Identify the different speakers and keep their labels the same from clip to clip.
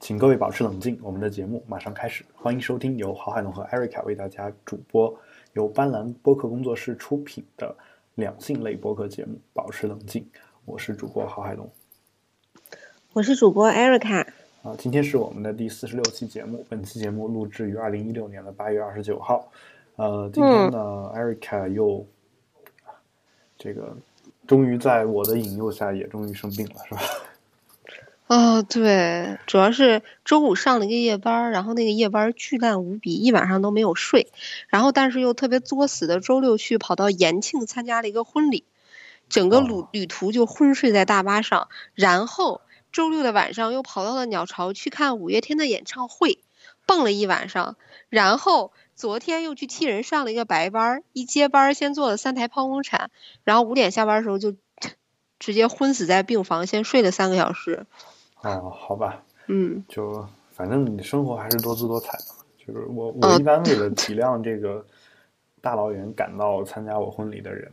Speaker 1: 请各位保持冷静，我们的节目马上开始。欢迎收听由郝海龙和 Erica 为大家主播，由斑斓播客工作室出品的两性类播客节目《保持冷静》，我是主播郝海龙。
Speaker 2: 我是主播 Erica。
Speaker 1: 啊，今天是我们的第四十六期节目，本期节目录制于二零一六年的八月二十九号。呃，今天呢、e r i c a 又这个终于在我的引诱下，也终于生病了，是吧？
Speaker 2: 哦，对，主要是周五上了一个夜班儿，然后那个夜班儿巨烂无比，一晚上都没有睡，然后但是又特别作死的周六去跑到延庆参加了一个婚礼，整个旅
Speaker 1: 哦
Speaker 2: 旅途就昏睡在大巴上，然后周六的晚上又跑到了鸟巢去看五月天的演唱会，蹦了一晚上，然后昨天又去替人上了一个白班儿，一接班儿先做了三台剖宫产，然后五点下班的时候就直接昏死在病房，先睡了三个小时。
Speaker 1: 哦，好吧，
Speaker 2: 嗯，
Speaker 1: 就反正你生活还是多姿多彩的嘛。就是我， 我
Speaker 2: 呃
Speaker 1: 一般为了体谅这个大老远赶到参加我婚礼的人，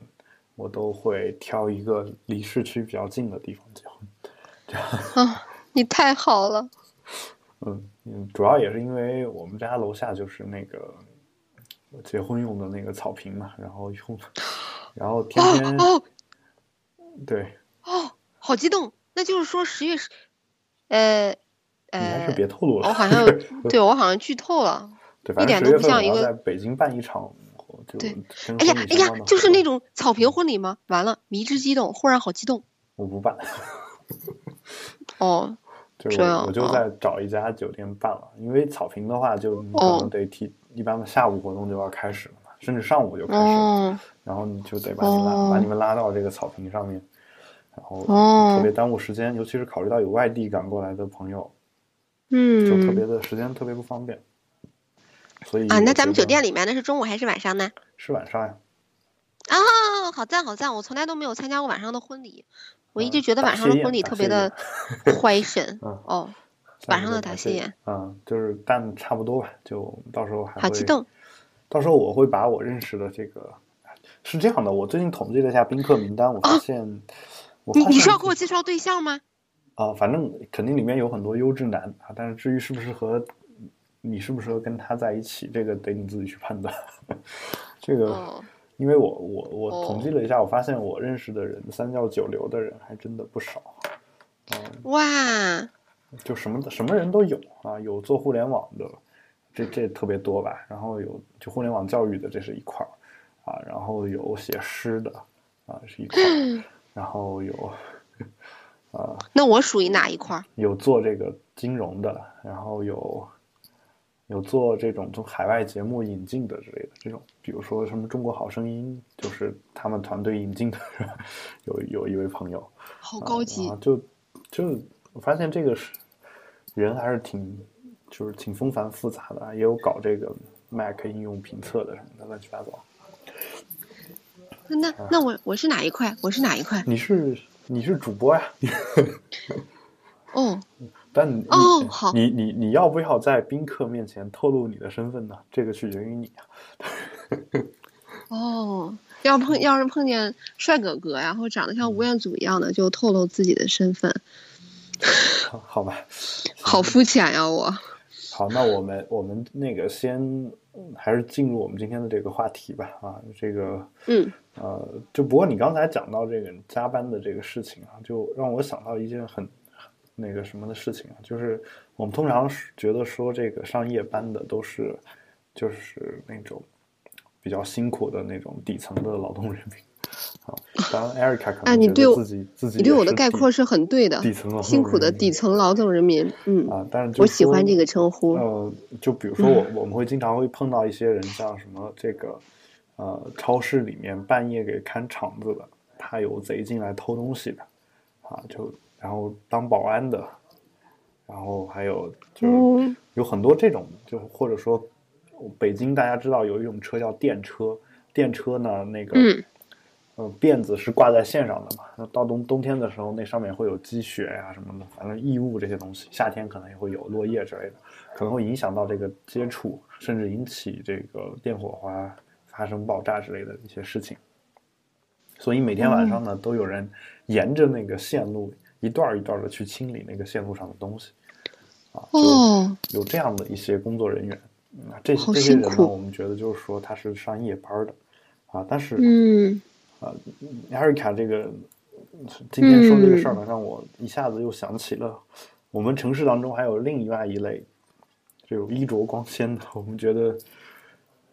Speaker 1: 我都会挑一个离市区比较近的地方结婚。
Speaker 2: 啊，你太好了。
Speaker 1: 嗯嗯，主要也是因为我们家楼下就是那个结婚用的那个草坪嘛，然后用， 然后天天
Speaker 2: 哦
Speaker 1: 对，
Speaker 2: 哦哦，好激动！那就是说十月十，呃
Speaker 1: 你还
Speaker 2: 呃
Speaker 1: 是，别透露了。
Speaker 2: 我 好像对我好像剧透了。
Speaker 1: 对，
Speaker 2: 一
Speaker 1: 反正
Speaker 2: 点
Speaker 1: 十
Speaker 2: 都
Speaker 1: 月
Speaker 2: 不
Speaker 1: 份我
Speaker 2: 像一
Speaker 1: 要
Speaker 2: 个
Speaker 1: 在北京办一场，我就
Speaker 2: 对
Speaker 1: 跟
Speaker 2: 哎呀
Speaker 1: 婚礼
Speaker 2: 哎
Speaker 1: 相
Speaker 2: 呀
Speaker 1: 关的，活
Speaker 2: 就是
Speaker 1: 动
Speaker 2: 那种草坪婚礼吗？完了，迷之激动，忽然好激动。
Speaker 1: 我不办。
Speaker 2: 哦
Speaker 1: 就
Speaker 2: 这
Speaker 1: 我
Speaker 2: 样
Speaker 1: 我就
Speaker 2: 啊
Speaker 1: 在找一家酒店办了，因为草坪的话，就你可能
Speaker 2: 哦
Speaker 1: 得提，一般的下午活动就要开始了嘛，甚至上午就开始了，
Speaker 2: 哦
Speaker 1: 然后你就得把你拉把
Speaker 2: 哦
Speaker 1: 你们拉到这个草坪上面，然后
Speaker 2: 哦
Speaker 1: 特别耽误时间，尤其是考虑到有外地赶过来的朋友，就特别
Speaker 2: 嗯
Speaker 1: 的时间特别不方便，所以
Speaker 2: 啊，那咱们酒店
Speaker 1: 里
Speaker 2: 里面那是中午还是晚上呢？
Speaker 1: 是晚上呀，
Speaker 2: 哦，好赞好赞！我从来都没有参加过晚上的婚礼，我一直觉得晚上的婚礼特别的 欢神。
Speaker 1: 嗯
Speaker 2: 哦，
Speaker 1: 下
Speaker 2: 晚
Speaker 1: 面
Speaker 2: 上
Speaker 1: 就
Speaker 2: 的打
Speaker 1: 谢
Speaker 2: 戏
Speaker 1: 宴，嗯，就是但差不多吧，就到时候还
Speaker 2: 好
Speaker 1: 会
Speaker 2: 激动。
Speaker 1: 到时候我会把我认识的这个是这样的，我最近统计了一下宾客名单，我发现，我
Speaker 2: 哦你
Speaker 1: 发
Speaker 2: 你是
Speaker 1: 现
Speaker 2: 要给我介绍对象吗？
Speaker 1: 啊、反正肯定里面有很多优质男啊，但是至于适不适合，你适不适合跟他在一起，这个得你自己去判断。 这个，
Speaker 2: 哦。
Speaker 1: 因为我我我
Speaker 2: 哦
Speaker 1: 统计了一下，我发现我认识的人三教九流的人还真的不少，嗯，
Speaker 2: 哇，
Speaker 1: 就什么什么人都有啊，有做互联网的，这这特别多吧，然后有就互联网教育的，这是一块儿啊，然后有写诗的啊是一块儿，然后有
Speaker 2: 那我属于哪一块儿？
Speaker 1: 有做这个金融的，然后有有做这种从海外节目引进的之类的这种，比如说什么《中国好声音》，就是他们团队引进的， 有有一位朋友，
Speaker 2: 好
Speaker 1: 啊
Speaker 2: 高级
Speaker 1: 啊！就就我发现这个是人还是挺就是挺纷繁复杂的啊，也有搞这个 Mac 应用评测的什么的乱七八糟。
Speaker 2: 那
Speaker 1: 啊
Speaker 2: 那那我我是哪一块？我是哪一块？
Speaker 1: 你是你是主播呀、
Speaker 2: 哦，
Speaker 1: 但你
Speaker 2: 哦好
Speaker 1: 你你你要不要在宾客面前透露你的身份呢？这个取决于你啊。
Speaker 2: 哦，要
Speaker 1: 嗯
Speaker 2: 碰要是碰见帅哥哥呀，或长得像吴彦祖一样的，就透露自己的身份，
Speaker 1: 好啊好吧，
Speaker 2: 好肤浅呀我。
Speaker 1: 好，那我们我们那个先嗯还是进入我们今天的这个话题吧啊，这个
Speaker 2: 嗯，
Speaker 1: 呃，就不过你刚才讲到这个加班的这个事情啊，就让我想到一件很那个什么的事情啊，就是我们通常是觉得说这个上夜班的都是就是那种比较辛苦的那种底层的劳动人民啊。当然，Erica 可
Speaker 2: 哎
Speaker 1: 能
Speaker 2: 你
Speaker 1: 觉
Speaker 2: 对
Speaker 1: 得
Speaker 2: 我
Speaker 1: 自己自己
Speaker 2: 你对
Speaker 1: 也
Speaker 2: 我的
Speaker 1: 是
Speaker 2: 概
Speaker 1: 底
Speaker 2: 括是很对的，
Speaker 1: 底层劳动
Speaker 2: 辛苦的
Speaker 1: 人民
Speaker 2: 底层劳动人民。嗯，
Speaker 1: 啊，但是就
Speaker 2: 我喜欢
Speaker 1: 说
Speaker 2: 这个称呼。嗯
Speaker 1: 呃，就比如说我我们会经常会碰到一些人，像什么这个，呃，超市里面半夜给看场子的，他有贼进来偷东西的，啊，就然后当保安的，然后还有就是
Speaker 2: 嗯，
Speaker 1: 有很多这种，就或者说北京大家知道有一种车叫电车，电车呢那个。
Speaker 2: 嗯
Speaker 1: 呃，辫子是挂在线上的嘛，那到冬冬天的时候，那上面会有积雪呀、什么的，反正异物这些东西，夏天可能也会有落叶之类的，可能会影响到这个接触，甚至引起这个电火花发生爆炸之类的一些事情。所以每天
Speaker 2: 哦
Speaker 1: 晚上呢，都有人沿着那个线路一段儿一段的去清理那个线路上的东西。啊，
Speaker 2: 哦，
Speaker 1: 有这样的一些工作人员。嗯那这
Speaker 2: 好
Speaker 1: 这些人
Speaker 2: 辛
Speaker 1: 呢，
Speaker 2: 苦
Speaker 1: 我们觉得就是说他是上夜班儿的啊，但是
Speaker 2: 嗯，
Speaker 1: 艾瑞卡这个今天说这个
Speaker 2: 嗯
Speaker 1: 事儿呢，让我一下子又想起了我们城市当中还有另外一类这种衣着光鲜的，我们觉得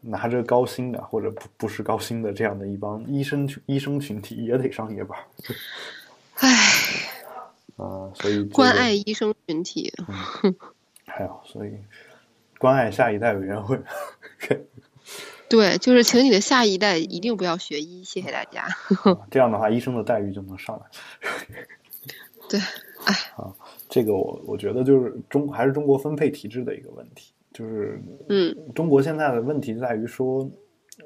Speaker 1: 拿着高薪的或者不不是高薪的这样的一帮医生群医生群体也得上夜班儿
Speaker 2: 唉，
Speaker 1: 啊，所以这个
Speaker 2: 关爱医生群体，
Speaker 1: 还有所以关爱下一代委员会，
Speaker 2: 对，就是请你的下一代一定不要学医，谢谢大家。
Speaker 1: 这样的话医生的待遇就能上来。
Speaker 2: 对，哎，
Speaker 1: 啊，这个我我觉得就是中还是中国分配体制的一个问题，就是
Speaker 2: 嗯
Speaker 1: 中国现在的问题在于说，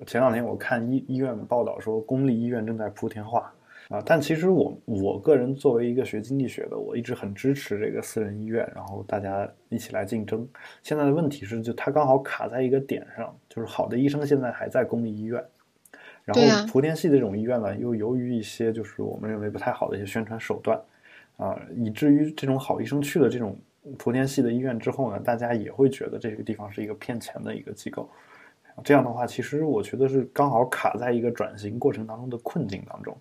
Speaker 1: 前两天我看医医院报道说，公立医院正在铺天化啊，但其实我我个人作为一个学经济学的，我一直很支持这个私人医院，然后大家一起来竞争。现在的问题是，就它刚好卡在一个点上，就是好的医生现在还在公立医院。然
Speaker 2: 对啊
Speaker 1: 后莆田系这种医院呢，又由于一些就是我们认为不太好的一些宣传手段，啊，以至于这种好医生去了这种莆田系的医院之后呢，大家也会觉得这个地方是一个骗钱的一个机构。这样的话，其实我觉得是刚好卡在一个转型过程当中的困境当中。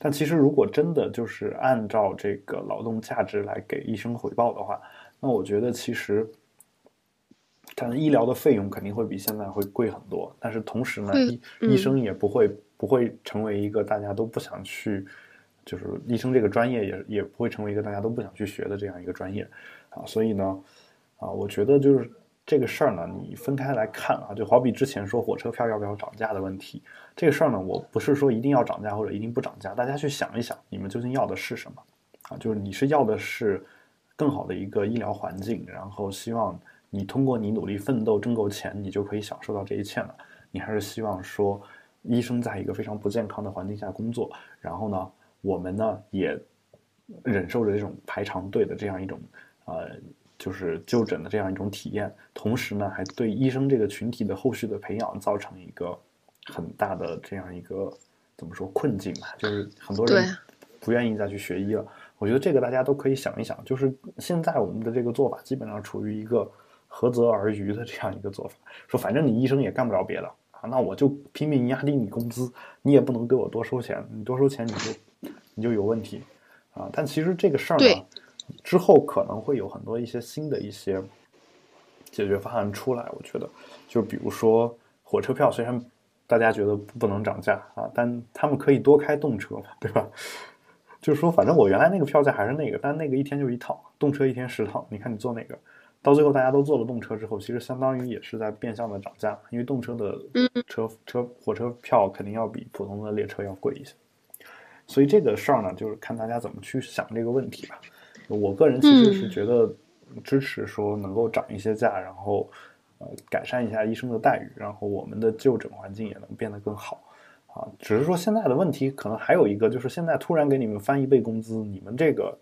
Speaker 1: 但其实如果真的就是按照这个劳动价值来给医生回报的话，那我觉得其实。它的医疗的费用肯定会比现在会贵很多，但是同时呢，
Speaker 2: 会
Speaker 1: 医
Speaker 2: 嗯
Speaker 1: 医生也不会不会成为一个大家都不想去，就是医生这个专业也也不会成为一个大家都不想去学的这样一个专业啊，所以呢，啊，我觉得就是这个事儿呢，你分开来看啊，就好比之前说火车票要不要涨价的问题，这个事儿呢，我不是说一定要涨价或者一定不涨价，大家去想一想，你们究竟要的是什么啊？就是你是要的是更好的一个医疗环境，然后希望你通过你努力奋斗挣够钱，你就可以享受到这一切了。你还是希望说，医生在一个非常不健康的环境下工作，然后呢，我们呢也忍受着这种排长队的这样一种呃，就是就诊的这样一种体验，同时呢，还对医生这个群体的后续的培养造成一个很大的这样一个怎么说困境吧，就是很多人
Speaker 2: 对
Speaker 1: 不愿意再去学医了。我觉得这个大家都可以想一想，就是现在我们的这个做法基本上处于一个合则而渔的这样一个做法，说反正你医生也干不了别的啊，那我就拼命压低你工资，你也不能给我多收钱，你多收钱你就你就有问题啊。但其实这个事儿呢
Speaker 2: 对，
Speaker 1: 之后可能会有很多一些新的一些解决方案出来，我觉得就比如说火车票，虽然大家觉得不能涨价啊，但他们可以多开动车嘛，对吧？ 就是说，反正我原来那个票价还是那个，但那个一天就一套，动车一天十套，你看你坐哪个？到最后大家都坐了动车之后，其实相当于也是在变相的涨价，因为动车的
Speaker 2: 嗯
Speaker 1: 车车火车票肯定要比普通的列车要贵一些。所以这个事儿呢，就是看大家怎么去想这个问题吧。我个人其实是
Speaker 2: 嗯
Speaker 1: 觉得支持说能够涨一些价，然后呃改善一下医生的待遇，然后我们的就诊环境也能变得更好啊。只是说现在的问题可能还有一个，就是现在突然给你们翻一倍工资，你们这个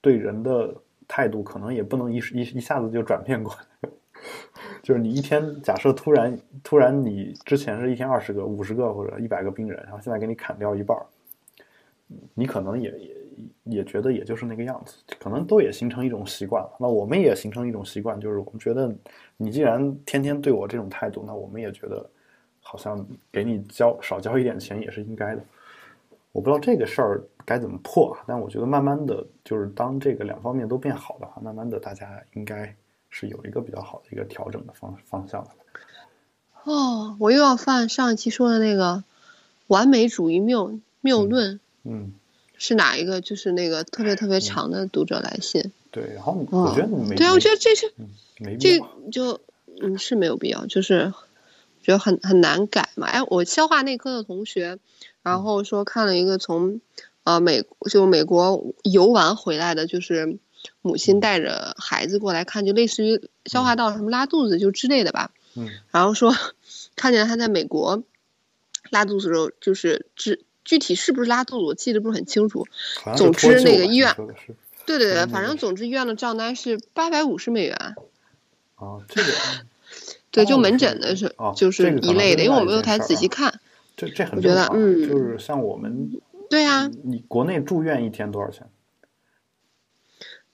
Speaker 1: 对人的态度可能也不能一时一一下子就转变过来。 就是你一天，假设突然突然你之前是一天二十个、五十个或者一百个病人，然后现在给你砍掉一半儿，你可能也也也觉得也就是那个样子，可能都也形成一种习惯了。那我们也形成一种习惯，就是我们觉得你既然天天对我这种态度，那我们也觉得好像给你交少交一点钱也是应该的。我不知道这个事儿该怎么破啊，但我觉得慢慢的就是当这个两方面都变好的话，慢慢的大家应该是有一个比较好的一个调整的方方向的。
Speaker 2: 哦，我又要犯上一期说的那个完美主义谬谬
Speaker 1: 嗯
Speaker 2: 论。
Speaker 1: 嗯，
Speaker 2: 是哪一个？就是那个特别特别长的读者来信。
Speaker 1: 对。然后我觉得你没、嗯
Speaker 2: 对啊，我觉得这是
Speaker 1: 没啊没必
Speaker 2: 这
Speaker 1: 要。
Speaker 2: 就嗯是没有必要，就是觉得很很难改嘛。哎，我消化内科的同学，
Speaker 1: 嗯
Speaker 2: 然后说看了一个从呃美就美国游玩回来的，就是
Speaker 1: 嗯
Speaker 2: 母亲带着孩子过来看，就类似于消化道什么拉肚子就之类的吧。
Speaker 1: 嗯
Speaker 2: 然后说看见他在美国拉肚子的时候，就是只具体是不是拉肚子，我记得不是很清楚。
Speaker 1: 好像是
Speaker 2: 总之
Speaker 1: 脱臼
Speaker 2: 那个
Speaker 1: 吧
Speaker 2: 医院
Speaker 1: 你说的是
Speaker 2: 对对对，
Speaker 1: 嗯
Speaker 2: 反正总之医院的账单是八百五十美
Speaker 1: 哦
Speaker 2: 元。
Speaker 1: 啊，这个
Speaker 2: 对，
Speaker 1: 哦
Speaker 2: 就
Speaker 1: 我
Speaker 2: 门
Speaker 1: 是
Speaker 2: 诊的是
Speaker 1: 哦
Speaker 2: 就是
Speaker 1: 这个可
Speaker 2: 一
Speaker 1: 能
Speaker 2: 类
Speaker 1: 是
Speaker 2: 的，因
Speaker 1: 另
Speaker 2: 为我
Speaker 1: 外
Speaker 2: 没
Speaker 1: 一
Speaker 2: 有
Speaker 1: 件
Speaker 2: 太
Speaker 1: 事儿
Speaker 2: 仔细
Speaker 1: 啊
Speaker 2: 看。
Speaker 1: 这这很
Speaker 2: 我觉
Speaker 1: 正
Speaker 2: 得
Speaker 1: 常，
Speaker 2: 嗯
Speaker 1: 就是像我们
Speaker 2: 对啊呀，
Speaker 1: 你国内住院一天多少钱？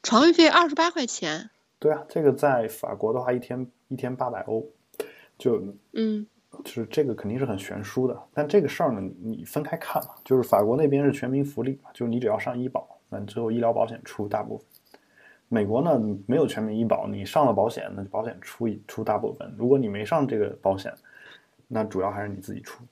Speaker 2: 床位费二十八块钱，
Speaker 1: 对啊，这个在法国的话，一天一天八百欧，就
Speaker 2: 嗯
Speaker 1: 就是这个肯定是很悬殊的。但这个事儿呢，你你分开看嘛，就是法国那边是全民福利嘛，就是你只要上医保，那你最后医疗保险出大部分。美国呢，你没有全民医保，你上了保险，那保险出一出大部分。如果你没上这个保险，那主要还是你自己出。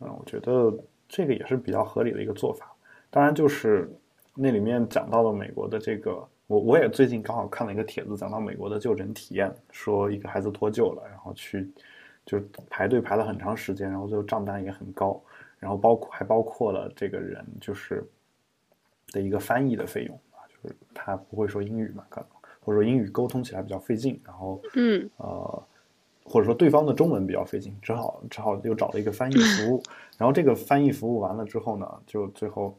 Speaker 1: 嗯，我觉得这个也是比较合理的一个做法。当然，就是那里面讲到了美国的这个，我我也最近刚好看了一个帖子，讲到美国的就诊体验，说一个孩子脱臼了，然后去就是排队排了很长时间，然后最后账单也很高，然后包括还包括了这个人就是的一个翻译的费用啊，就是他不会说英语嘛，可能或者说英语沟通起来比较费劲，然后
Speaker 2: 嗯
Speaker 1: 呃，或者说对方的中文比较费劲，只好只好又找了一个翻译服务。然后这个翻译服务完了之后呢，就最后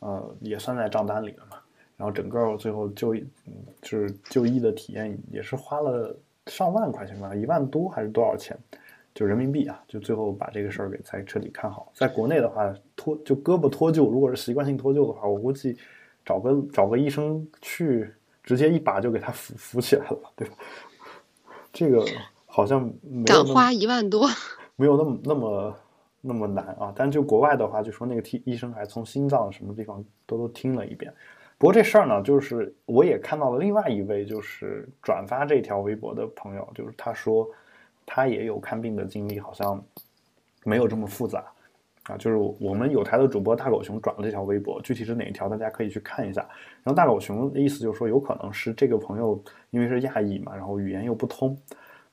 Speaker 1: 呃也算在账单里了嘛。然后整个最后就医嗯就是就医的体验也是花了上万块钱吧，一万多还是多少钱？就人民币啊，就最后把这个事儿给才彻底看好。在国内的话，脱就胳膊脱臼，如果是习惯性脱臼的话，我估计找个找个医生去，直接一把就给他扶扶起来了，对吧？这个好像没有
Speaker 2: 敢
Speaker 1: 那么
Speaker 2: 花一万多，
Speaker 1: 没有那么那么那么难啊。但就国外的话，就说那个替医生还从心脏什么地方都都听了一遍。不过这事儿呢，就是我也看到了另外一位就是转发这条微博的朋友，就是他说他也有看病的经历，好像没有这么复杂啊。就是我们有台的主播大狗熊转了这条微博，具体是哪一条，大家可以去看一下。然后大狗熊的意思就是说，有可能是这个朋友因为是亚裔嘛，然后语言又不通，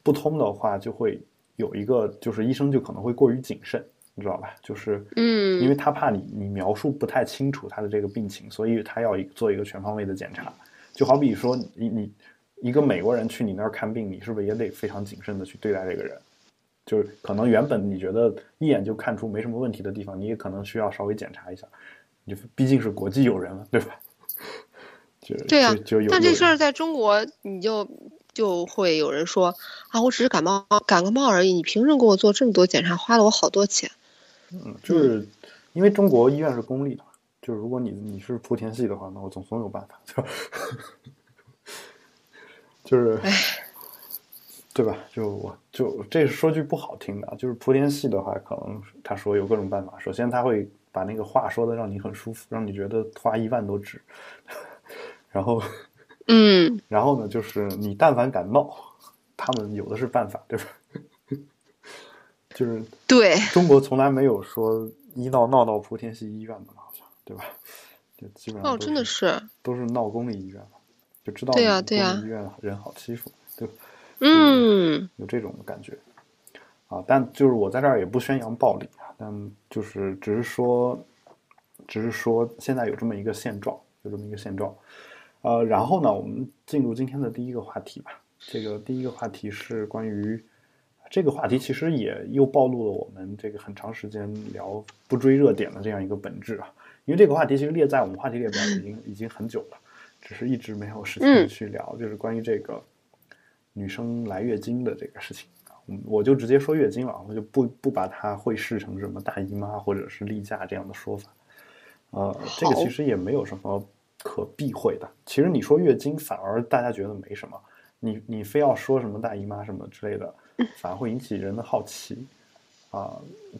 Speaker 1: 不通的话就会有一个就是医生就可能会过于谨慎，你知道吧？就是因为
Speaker 2: 嗯
Speaker 1: 他怕你你描述不太清楚他的这个病情，所以他要一做一个全方位的检查。就好比说你你一个美国人去你那儿看病，你是不是也得非常谨慎的去对待这个人？就是可能原本你觉得一眼就看出没什么问题的地方，你也可能需要稍微检查一下。你毕竟是国际友人嘛，对吧？ 就
Speaker 2: 对啊
Speaker 1: 就就有
Speaker 2: 但
Speaker 1: 有
Speaker 2: 这事儿在中国，你就就会有人说啊，我只是感冒感个冒而已，你凭什么给我做这么多检查，花了我好多钱？
Speaker 1: 嗯，就是因为中国医院是公立的嘛，就是如果你你是莆田系的话，那我总总有办法， 就就是，对吧？就我就这是说句不好听的啊，就是莆田系的话，可能他说有各种办法。首先他会把那个话说的让你很舒服，让你觉得花一万都值。 然后，
Speaker 2: 嗯
Speaker 1: 然后呢，就是你但凡感冒，他们有的是办法，对吧？ 就是
Speaker 2: 对，
Speaker 1: 中国从来没有说医闹闹到莆田系医院的嘛，好像对吧？就基本上
Speaker 2: 哦，
Speaker 1: 都
Speaker 2: 真的
Speaker 1: 是
Speaker 2: 是，
Speaker 1: 都是闹公立医院嘛，就知道
Speaker 2: 对啊
Speaker 1: 公
Speaker 2: 对啊
Speaker 1: 立医院人好欺负，对吧？
Speaker 2: 嗯
Speaker 1: 有这种感觉啊。但就是我在这儿也不宣扬暴力啊，但就是只是说，只是说现在有这么一个现状，有这么一个现状。呃，然后呢，我们进入今天的第一个话题吧。这个第一个话题是关于这个话题，其实也又暴露了我们这个很长时间聊不追热点的这样一个本质啊。因为这个话题其实列在我们话题列表里已经已经很久了，只是一直没有时间
Speaker 2: 嗯
Speaker 1: 去聊，就是关于这个女生来月经的这个事情啊。我我就直接说月经了啊，我就不不把它会视成什么大姨妈或者是例假这样的说法。呃，这个
Speaker 2: 好
Speaker 1: 其实也没有什么可避讳的。其实你说月经，反而大家觉得没什么。你你非要说什么大姨妈什么之类的，反而会引起人的好奇啊、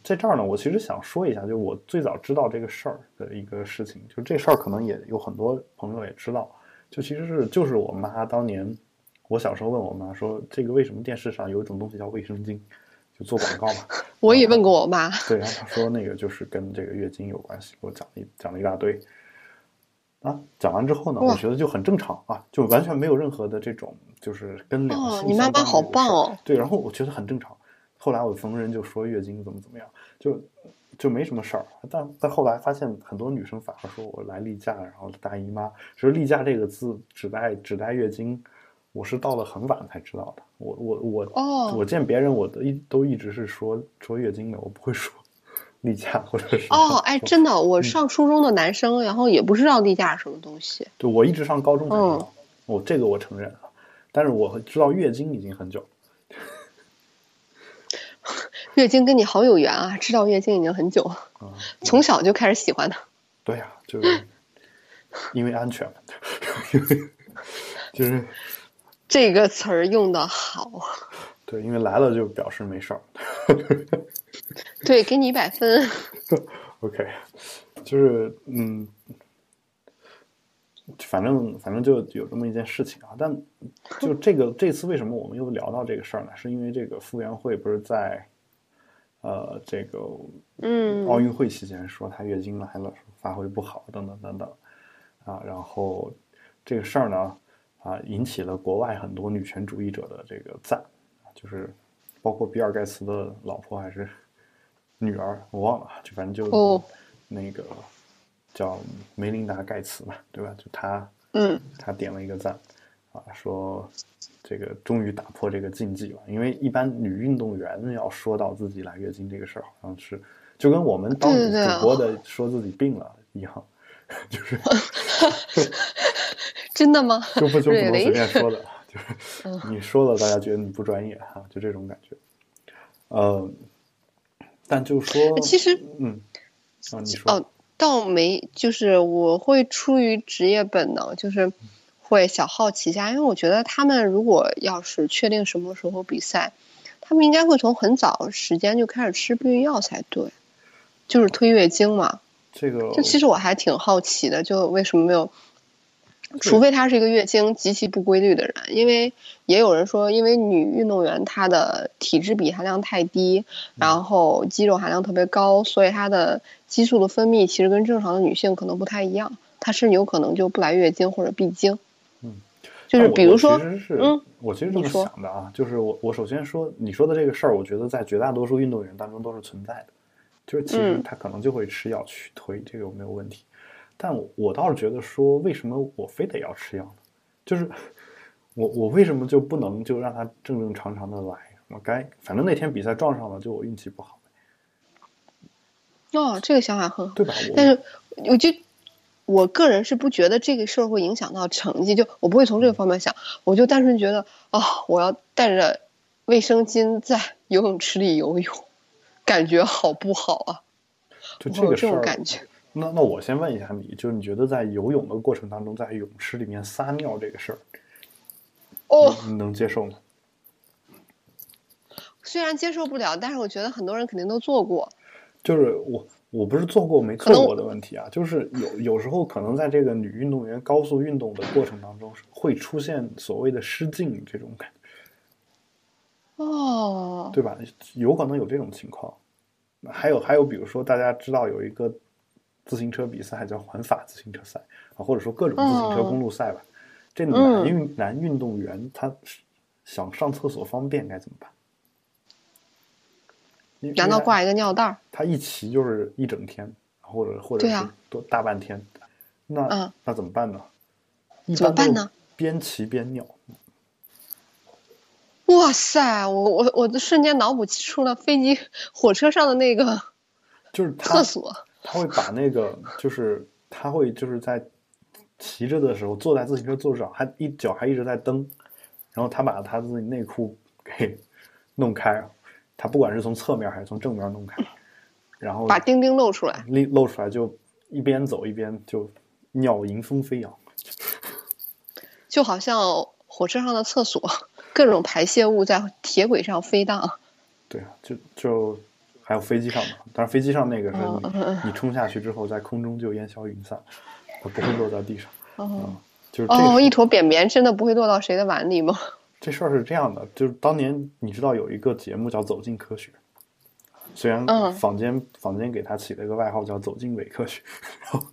Speaker 1: 在这儿呢，我其实想说一下，就我最早知道这个事儿的一个事情，就这事儿可能也有很多朋友也知道，就其实是就是我妈当年，我小时候问我妈说，这个为什么电视上有一种东西叫卫生巾，就做广告嘛，
Speaker 2: 我也
Speaker 1: 哦
Speaker 2: 问过我妈，
Speaker 1: 对，然后他说那个就是跟这个月经有关系，给我讲了一讲了一大堆。啊，讲完之后呢，我
Speaker 2: 哇
Speaker 1: 觉得就很正常啊，就完全没有任何的这种就是跟两
Speaker 2: 哦
Speaker 1: 性
Speaker 2: 你妈
Speaker 1: 相关
Speaker 2: 妈
Speaker 1: 的
Speaker 2: 好
Speaker 1: 这个
Speaker 2: 棒
Speaker 1: 事儿
Speaker 2: 哦
Speaker 1: 对，然后我觉得很正常。后来我逢人就说月经怎么怎么样，就就没什么事儿。但但后来发现很多女生反而说我来例假，然后大姨妈。其实例假这个字指代指代月经，我是到了很晚才知道的。我我我
Speaker 2: 哦
Speaker 1: 我见别人我都一都一直是说说月经的，我不会说 例假或者是
Speaker 2: 哦，哎，
Speaker 1: 说
Speaker 2: 真的，我
Speaker 1: 嗯
Speaker 2: 上初中的男生，然后也不知道例假是什么东西。
Speaker 1: 对我一直上高中才知
Speaker 2: 嗯
Speaker 1: 道，我、这个我承认了，但是我知道月经已经很久了。
Speaker 2: 月经跟你好有缘啊，知道月经已经很久了，
Speaker 1: 啊、
Speaker 2: 从小就开始喜欢它。
Speaker 1: 对呀、就是因为安全嘛，因为就是
Speaker 2: 这个词儿用的好，
Speaker 1: 对，因为来了就表示没事儿。
Speaker 2: 对，给你一百分。
Speaker 1: OK，就是嗯，反正反正就有这么一件事情啊。但就这个这次为什么我们又聊到这个事儿呢？是因为这个傅园慧不是在呃这个
Speaker 2: 嗯，
Speaker 1: 奥运会期间说她月经来了，说发挥不好等等等等啊，然后这个事儿呢啊引起了国外很多女权主义者的这个赞，啊就是包括比尔盖茨的老婆还是女儿，我忘了，就反正就
Speaker 2: 哦
Speaker 1: 那个叫梅琳达·盖茨嘛，对吧？就她
Speaker 2: 嗯
Speaker 1: 他点了一个赞，啊，说这个终于打破这个禁忌了。因为一般女运动员要说到自己来月经这个事儿，好像是就跟我们当
Speaker 2: 对
Speaker 1: 主
Speaker 2: 对对哦
Speaker 1: 播的说自己病了一样，就是
Speaker 2: 真的吗？
Speaker 1: 就不就不能随
Speaker 2: 瑞林
Speaker 1: 便说的，就是
Speaker 2: 嗯
Speaker 1: 你说了，大家觉得你不专业哈、就这种感觉。呃，但就说
Speaker 2: 呃其实
Speaker 1: 嗯，啊，你说
Speaker 2: 哦，倒没，就是我会出于职业本能，就是会小好奇一下，因为我觉得他们如果要是确定什么时候比赛，他们应该会从很早时间就开始吃避孕药才对，就是推月经嘛。
Speaker 1: 这个
Speaker 2: 就其实我还挺好奇的，就为什么没有？除非他是一个月经极其不规律的人，因为也有人说，因为女运动员她的体脂比含量太低，
Speaker 1: 嗯
Speaker 2: 然后肌肉含量特别高，所以她的激素的分泌其实跟正常的女性可能不太一样，她甚至有可能就不来月经或者闭经。
Speaker 1: 嗯，
Speaker 2: 就
Speaker 1: 但
Speaker 2: 是
Speaker 1: 我
Speaker 2: 比如
Speaker 1: 我
Speaker 2: 说
Speaker 1: 其，实是，
Speaker 2: 嗯
Speaker 1: 我其实这
Speaker 2: 你
Speaker 1: 么
Speaker 2: 说
Speaker 1: 想的啊，就是我我首先说你说的这个事儿，我觉得在绝大多数运动员当中都是存在的，就是其实
Speaker 2: 嗯
Speaker 1: 他可能就会吃药去推，这个没有问题。但我我倒是觉得说，为什么我非得要吃药呢？就是我我为什么就不能就让他正正常常的来？我该反正那天比赛撞上了，就我运气不好，
Speaker 2: 哦，这个想法很好。
Speaker 1: 对吧？我
Speaker 2: 但是我就我个人是不觉得这个事儿会影响到成绩，就我不会从这个方面想，我就单纯觉得哦，我要带着卫生巾在游泳池里游泳，感觉好不好啊？
Speaker 1: 就
Speaker 2: 我
Speaker 1: 这
Speaker 2: 有
Speaker 1: 个
Speaker 2: 这
Speaker 1: 事
Speaker 2: 种
Speaker 1: 儿，
Speaker 2: 感觉。
Speaker 1: 那那我先问一下你，就是你觉得在游泳的过程当中，在泳池里面撒尿这个事儿，
Speaker 2: 哦，
Speaker 1: 你能接受吗？
Speaker 2: 虽然接受不了，但是我觉得很多人肯定都做过。
Speaker 1: 就是我我不是做过没做过的问题啊，就是有有时候可能在这个女运动员高速运动的过程当中，会出现所谓的失禁这种感觉，
Speaker 2: 哦，
Speaker 1: 对吧？有可能有这种情况。还有还有，比如说大家知道有一个自行车比赛叫环法自行车赛啊，或者说各种自行车
Speaker 2: 哦
Speaker 1: 公路赛吧。这
Speaker 2: 嗯
Speaker 1: 男运、男运动员他想上厕所方便该怎么办？因为
Speaker 2: 难道
Speaker 1: 因为
Speaker 2: 挂一个尿袋儿？
Speaker 1: 他一骑就是一整天，或者或者
Speaker 2: 对
Speaker 1: 是
Speaker 2: 啊
Speaker 1: 多大半天，那、
Speaker 2: 嗯
Speaker 1: 那怎么办呢？一
Speaker 2: 怎么
Speaker 1: 般
Speaker 2: 办
Speaker 1: 都
Speaker 2: 呢？
Speaker 1: 边骑边尿，
Speaker 2: 哇塞，我我我就瞬间脑补出了飞机、火车上的那个
Speaker 1: 就是他
Speaker 2: 厕所。
Speaker 1: 他会把那个就是他会就是在骑着的时候坐在自行车座上，还一脚还一直在蹬，然后他把他自己内裤 给弄开，他不管是从侧面还是从正面弄开，然后
Speaker 2: 把丁丁露出来，
Speaker 1: 露露出来就一边走一边就尿迎风飞扬。
Speaker 2: 就好像火车上的厕所，各种排泄物在铁轨上飞荡。
Speaker 1: 对啊，就就还有飞机上嘛，但是飞机上那个是
Speaker 2: 嗯
Speaker 1: 你、
Speaker 2: 嗯嗯
Speaker 1: 你冲下去之后，在空中就烟消云散，它不会落在地上。
Speaker 2: 哦
Speaker 1: 嗯，就是这
Speaker 2: 哦，
Speaker 1: 个
Speaker 2: 一坨便便真的不会落到谁的碗里吗？
Speaker 1: 这事儿是这样的，就是当年你知道有一个节目叫《走进科学》，虽然
Speaker 2: 嗯
Speaker 1: 坊间、坊间给他起了一个外号叫“走进伪科学”，然后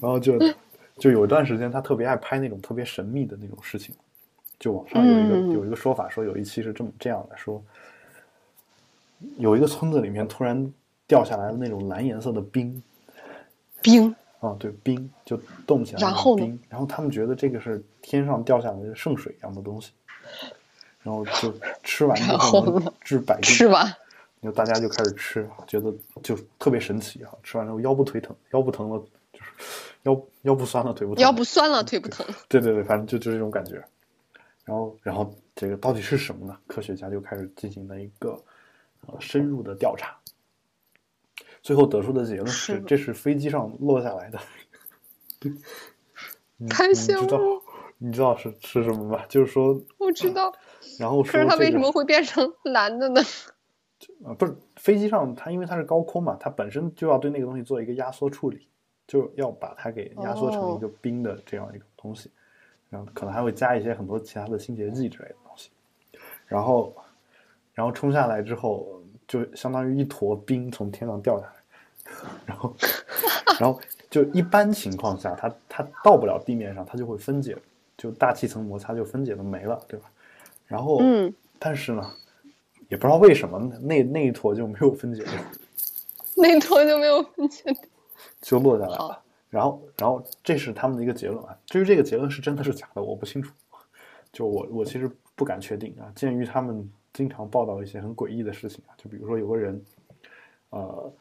Speaker 1: 然后就
Speaker 2: 嗯
Speaker 1: 就有一段时间他特别爱拍那种特别神秘的那种事情，就网上有一个、
Speaker 2: 嗯
Speaker 1: 有一个说法说有一期是这么这样的说，有一个村子里面突然掉下来的那种蓝颜色的冰，
Speaker 2: 冰，
Speaker 1: 啊，对，冰就冻起来
Speaker 2: 然
Speaker 1: 那种
Speaker 2: 后呢
Speaker 1: 冰，然后他们觉得这个是天上掉下来的圣水一样的东西，然后就吃完之
Speaker 2: 然
Speaker 1: 后
Speaker 2: 后
Speaker 1: 能治百病，
Speaker 2: 吃完
Speaker 1: 然后大家就开始吃啊，觉得就特别神奇啊，吃完之后腰部腿疼，腰不疼了就是腰腰不酸了，腿不疼，嗯
Speaker 2: 腰不酸了，腿不疼。
Speaker 1: 对对对，反正就就这种感觉。然后，然后这个到底是什么呢？科学家就开始进行了一个呃深入的调查，最后得出的结论
Speaker 2: 是
Speaker 1: 是，
Speaker 2: 吗
Speaker 1: 这是飞机上落下来的
Speaker 2: 排泄
Speaker 1: 你知道
Speaker 2: 物，
Speaker 1: 你知道是是什么吗？就是说，
Speaker 2: 我知道，
Speaker 1: 然后
Speaker 2: 可
Speaker 1: 嗯说
Speaker 2: 是它
Speaker 1: 这
Speaker 2: 为什
Speaker 1: 个
Speaker 2: 么会变成蓝的呢？
Speaker 1: 呃不是飞机上它，因为它是高空嘛，它本身就要对那个东西做一个压缩处理，就是要把它给压缩成
Speaker 2: 哦
Speaker 1: 一个冰的这样一个东西，然后可能还会加一些很多其他的清洁剂之类的东西，然后然后冲下来之后，就相当于一坨冰从天上掉下来，然后然后就一般情况下，它它到不了地面上，它就会分解，就大气层摩擦就分解的没了，对吧？然后
Speaker 2: 嗯，
Speaker 1: 但是呢，也不知道为什么那那一坨就没有分解掉，
Speaker 2: 那坨就没有哎分解掉。
Speaker 1: 就落下来了
Speaker 2: 好。
Speaker 1: 然后，然后这是他们的一个结论啊。至于这个结论是真的是假的，我不清楚。就我我其实不敢确定啊。鉴于他们经常报道一些很诡异的事情啊，就比如说有个人，呃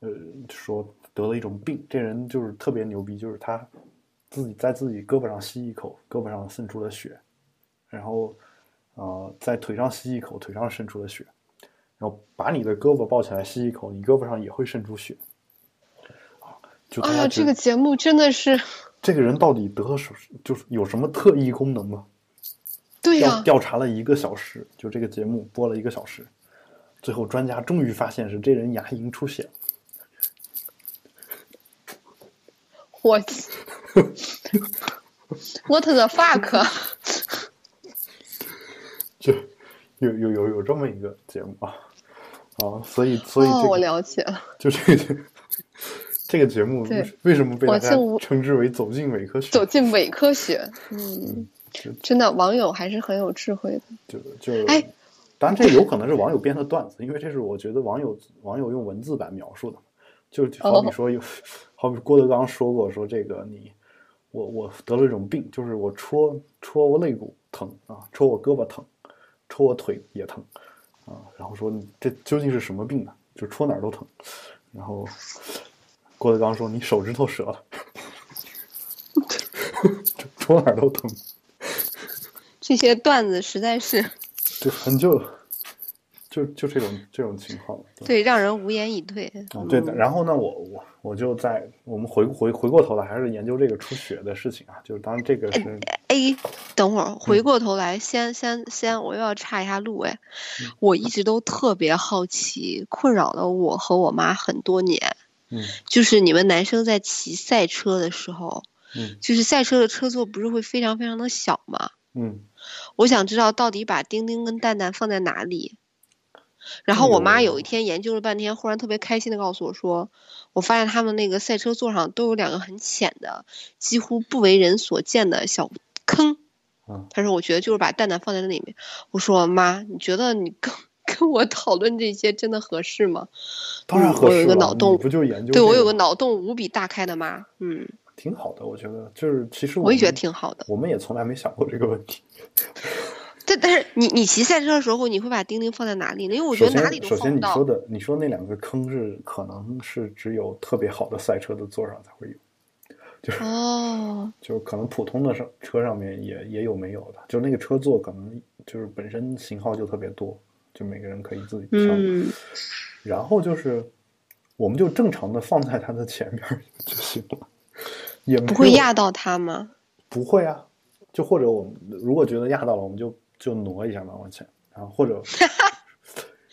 Speaker 1: 呃，说得了一种病，这人就是特别牛逼，就是他自己在自己胳膊上吸一口，胳膊上渗出了血，然后呃在腿上吸一口，腿上渗出了血，然后把你的胳膊抱起来吸一口，你胳膊上也会渗出血。啊就大
Speaker 2: 哎
Speaker 1: 家
Speaker 2: 呀，
Speaker 1: 觉
Speaker 2: 这
Speaker 1: 得
Speaker 2: 个节目真的是，
Speaker 1: 这个人到底得了什么，就是有什么特异功能吗？
Speaker 2: 对呀、
Speaker 1: 调调查了一个小时，就这个节目播了一个小时，最后专家终于发现是这人牙龈出血了。
Speaker 2: 我，What the fuck？
Speaker 1: 就有有有有这么一个节目啊啊，所以 所以
Speaker 2: 哦，
Speaker 1: 这
Speaker 2: 我
Speaker 1: 个、
Speaker 2: 了解了。
Speaker 1: 就这个 这个节目
Speaker 2: 对
Speaker 1: 为为什么被大
Speaker 2: 我
Speaker 1: 家
Speaker 2: 竟无
Speaker 1: 称之为走进伪科学？
Speaker 2: 走进伪科学，嗯
Speaker 1: 就，
Speaker 2: 真的网友还是很有智慧的。
Speaker 1: 就就
Speaker 2: 哎，
Speaker 1: 当然这有可能是网友编的段子，因为这是我觉得网友网友用文字版描述的，就就好比说有，好比郭德纲说过说这个你，我我得了一种病，就是我戳戳我肋骨疼啊，戳我胳膊疼，戳我腿也疼啊，然后说你这究竟是什么病呢？就戳哪儿都疼，然后郭德纲说你手指头折了， 就戳哪儿都疼。
Speaker 2: 这些段子实在是
Speaker 1: 就很久，就就这种这种情况。
Speaker 2: 对让人无言以对。嗯
Speaker 1: 啊对的。然后呢，我我我就在我们回回回过头来，还是研究这个出血的事情啊。就是当然这个是
Speaker 2: 哎，等会
Speaker 1: 嗯
Speaker 2: 儿回过头来，先先先，我又要岔一下路哎。
Speaker 1: 嗯
Speaker 2: 我一直都特别好奇，困扰了我和我妈很多年，
Speaker 1: 嗯
Speaker 2: 就是你们男生在骑赛车的时候，
Speaker 1: 嗯
Speaker 2: 就是赛车的车座不是会非常非常的小吗？
Speaker 1: 嗯
Speaker 2: 我想知道到底把丁丁跟蛋蛋放在哪里。然后我妈有一
Speaker 1: 哦
Speaker 2: 天研究了半天，忽然特别开心的告诉我说，我发现他们那个赛车座上都有两个很浅的、几乎不为人所见的小坑
Speaker 1: 嗯。
Speaker 2: 她说我觉得就是把蛋蛋放在那里面。我说妈，你觉得你跟跟我讨论这些真的合适吗？
Speaker 1: 当然
Speaker 2: 嗯
Speaker 1: 合
Speaker 2: 我有
Speaker 1: 适
Speaker 2: 一个
Speaker 1: 了。
Speaker 2: 脑洞
Speaker 1: 你不就研究这？
Speaker 2: 对我有个脑洞无比大开的妈，嗯，
Speaker 1: 挺好的，我觉得就是其实
Speaker 2: 我也觉得
Speaker 1: 们
Speaker 2: 挺好的。
Speaker 1: 我们也从来没想过这个问题。
Speaker 2: 但但是你你骑赛车的时候，你会把丁丁放在哪里呢？因为我觉
Speaker 1: 首
Speaker 2: 得哪里
Speaker 1: 先，
Speaker 2: 都
Speaker 1: 首
Speaker 2: 放
Speaker 1: 先
Speaker 2: 不
Speaker 1: 你
Speaker 2: 到。
Speaker 1: 说的，你说那两个坑是可能是只有特别好的赛车的座上才会有，
Speaker 2: 哦，
Speaker 1: 就是可能普通的上车上面也也有没有的，就那个车座可能就是本身型号就特别多，就每个人可以自己挑。
Speaker 2: 嗯。
Speaker 1: 然后就是我们就正常的放在它的前面儿就行了，也没
Speaker 2: 不会
Speaker 1: 有
Speaker 2: 压到它吗？
Speaker 1: 不会啊，就或者我们如果觉得压到了，我们就就挪一下嘛往前，然后或 者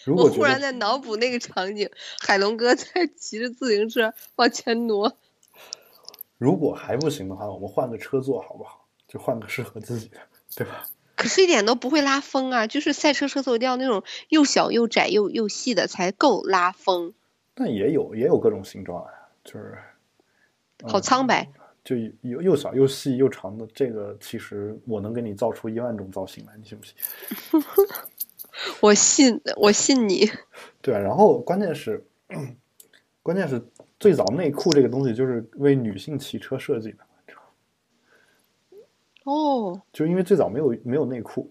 Speaker 1: 如
Speaker 2: 我
Speaker 1: 果觉
Speaker 2: 忽然
Speaker 1: 得
Speaker 2: 在脑补那个场景，海龙哥在骑着自行车往前挪。
Speaker 1: 如果还不行的话，我们换个车座好不好？就换个适合自己的，对吧？
Speaker 2: 可是，一点都不会拉风啊！就是赛车车头一定要那种又小又窄又又细的才够拉风，
Speaker 1: 但也有也有各种形状啊，就是
Speaker 2: 好苍白。
Speaker 1: 就又又小又细又长的，这个其实我能给你造出一万种造型来，你信不信？嗯
Speaker 2: 我信，我信你。
Speaker 1: 对啊，然后关键是，关键是最早内裤这个东西就是为女性骑车设计的，你知道吗
Speaker 2: 哦，
Speaker 1: 就因为最早没有没有内裤，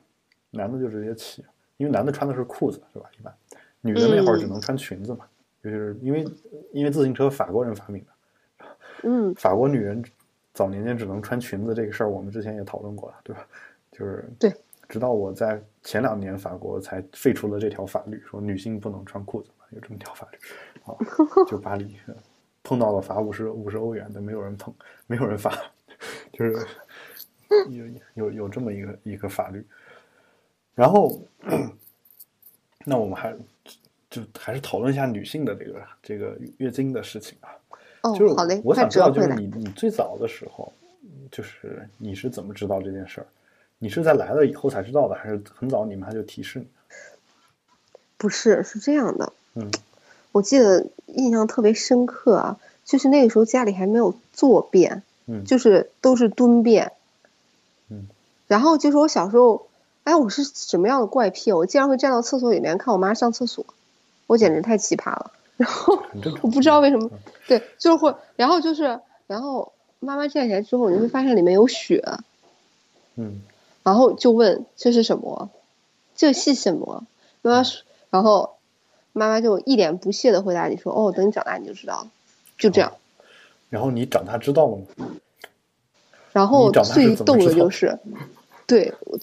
Speaker 1: 男的就直接骑，因为男的穿的是裤子是吧？一般女的那会儿只
Speaker 2: 嗯
Speaker 1: 能穿裙子嘛，就是因为因为自行车法国人发明的，
Speaker 2: 嗯，
Speaker 1: 法国女人早年间只能穿裙子这个事儿，我们之前也讨论过了，对吧？就是
Speaker 2: 对，
Speaker 1: 直到我在前两年法国才废除了这条法律，说女性不能穿裤子嘛，有这么条法律 啊，就巴黎呃 碰到了罚五十五十欧元的，没有人碰，没有人罚，就是有有有这么一个一个法律。然后， 那我们还就还是讨论一下女性的这个这个月经的事情啊。
Speaker 2: 哦
Speaker 1: 就是，
Speaker 2: 好嘞，
Speaker 1: 我
Speaker 2: 快
Speaker 1: 想知道，就
Speaker 2: 折回
Speaker 1: 是
Speaker 2: 来。
Speaker 1: 你你最早的时候，就是你是怎么知道这件事儿？你是在来了以后才知道的，还是很早你妈就提示你？
Speaker 2: 不是，是这样的，
Speaker 1: 嗯
Speaker 2: 我记得印象特别深刻啊，就是那个时候家里还没有坐便，
Speaker 1: 嗯
Speaker 2: 就是都是蹲便，
Speaker 1: 嗯，
Speaker 2: 然后就是我小时候，哎，我是什么样的怪癖？啊我竟然会站到厕所里面看我妈上厕所，我简直太奇葩了。然后
Speaker 1: 很嗯正常。
Speaker 2: 我不知道为什么，对，就是会，然后就是，然后妈妈站起来之后，你会发现里面有血，
Speaker 1: 嗯
Speaker 2: 然后就问这是什么，这是什么？妈妈说，然后妈妈就一脸不屑的回答你说：“哦，等你长大你就知道了。”就这样。
Speaker 1: 然后你长大知道了吗？
Speaker 2: 然后
Speaker 1: 你长大是
Speaker 2: 最
Speaker 1: 怎么
Speaker 2: 逗
Speaker 1: 知
Speaker 2: 的
Speaker 1: 道
Speaker 2: 就
Speaker 1: 的
Speaker 2: 是，对我，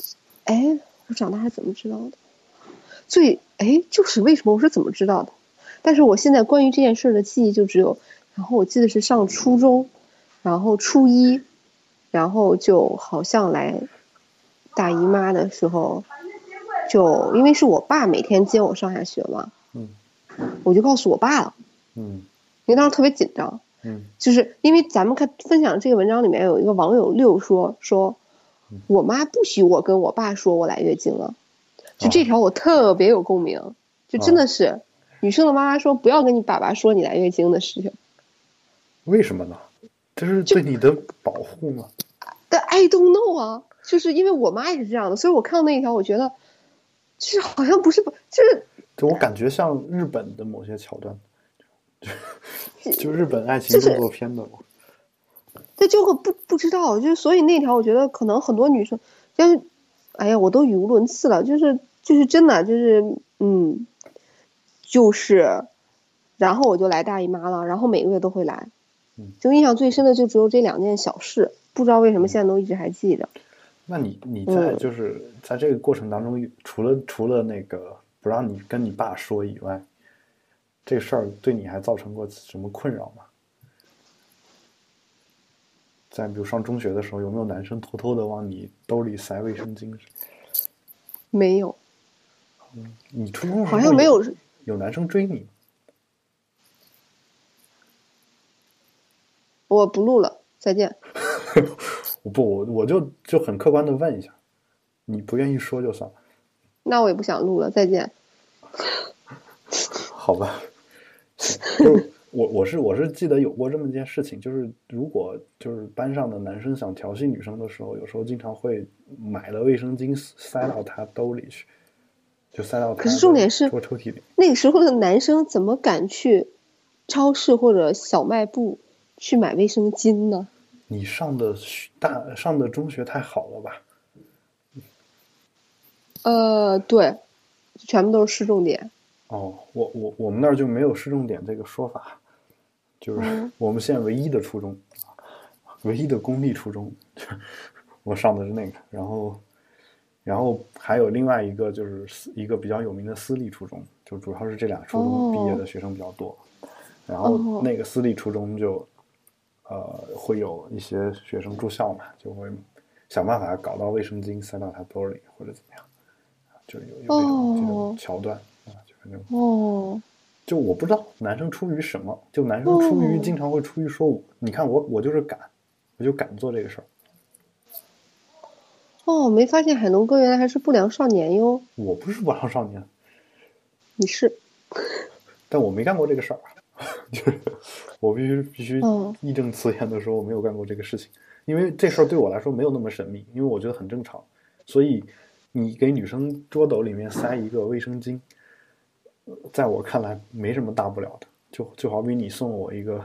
Speaker 2: 哎，我长大是怎么知道的？最哎，就是为什么我是怎么知道的？但是我现在关于这件事儿的记忆就只有，然后我记得是上初中，然后初一，然后就好像来大姨妈的时候，就因为是我爸每天接我上下学嘛，
Speaker 1: 嗯
Speaker 2: 我就告诉我爸了，
Speaker 1: 嗯
Speaker 2: 因为当时特别紧张，
Speaker 1: 嗯
Speaker 2: 就是因为咱们看分享这个文章里面有一个网友六说说，我妈不许我跟我爸说我来月经了，就这条我特别有共鸣，就真的是女生的妈妈说不要跟你爸爸说你来月经的事情，
Speaker 1: 为什么呢？这是对你的保护吗？
Speaker 2: 但 I don't know 啊，就是因为我妈也是这样的，所以我看到那一条我觉得，就是好像不是不就是
Speaker 1: 就我感觉像日本的某些桥段， 就就日本爱情
Speaker 2: 就是
Speaker 1: 动作片的，
Speaker 2: 这就会不不知道，就是所以那条我觉得可能很多女生，但是，哎呀，我都语无伦次了，就是就是真的啊就是嗯，就是，然后我就来大姨妈了，然后每个月都会来
Speaker 1: 嗯，
Speaker 2: 就印象最深的就只有这两件小事，不知道为什么现在都一直还记着。
Speaker 1: 那你你在
Speaker 2: 嗯
Speaker 1: 就是在这个过程当中，除了除了那个不让你跟你爸说以外，这事儿对你还造成过什么困扰吗？在比如上中学的时候，有没有男生偷偷的往你兜里塞卫生巾？
Speaker 2: 没有，
Speaker 1: 你初中的时候
Speaker 2: 好像没有，
Speaker 1: 有男生追你吗，
Speaker 2: 我不录了，再见。
Speaker 1: 我不我我就就很客观的问一下，你不愿意说就算了，
Speaker 2: 那我也不想录了，再见。
Speaker 1: 好吧？ 就是我我是我是记得有过这么一件事情，就是如果就是班上的男生想调戏女生的时候，有时候经常会买了卫生巾塞到她兜里去，就塞到她
Speaker 2: 可是
Speaker 1: 的
Speaker 2: 重点是
Speaker 1: 抽抽屉里。
Speaker 2: 那个时候的男生怎么敢去超市或者小卖部去买卫生巾呢？
Speaker 1: 你上的学大上的中学太好了吧？
Speaker 2: 呃，对，全部都是市重点。
Speaker 1: 哦，我我我们那儿就没有市重点这个说法，就是
Speaker 2: 嗯
Speaker 1: 我们县唯一的初中，唯一的公立初中，就是我上的是那个，然后，然后还有另外一个就是私一个比较有名的私立初中，就主要是这俩初中毕业的学生比较多，然后
Speaker 2: 哦
Speaker 1: 那个私立初中就，呃，会有一些学生住校嘛，就会想办法搞到卫生巾塞到他兜里或者怎么样，就有有这种、这
Speaker 2: 哦
Speaker 1: 种桥段啊，就反正。
Speaker 2: 哦，
Speaker 1: 就我不知道男生出于什么，就男生出于
Speaker 2: 哦
Speaker 1: 经常会出于说我，你看我我就是敢，我就敢做这个事儿，
Speaker 2: 哦，没发现海龙哥原来还是不良少年哟。
Speaker 1: 我不是不良少年，
Speaker 2: 你是
Speaker 1: 但我没干过这个事儿啊， 就是我必须必须
Speaker 2: 哦
Speaker 1: 义正辞严的说我没有干过这个事情，因为这事儿对我来说没有那么神秘，因为我觉得很正常，所以你给女生桌斗里面塞一个卫生巾，呃在我看来没什么大不了的，就就好比你送我一个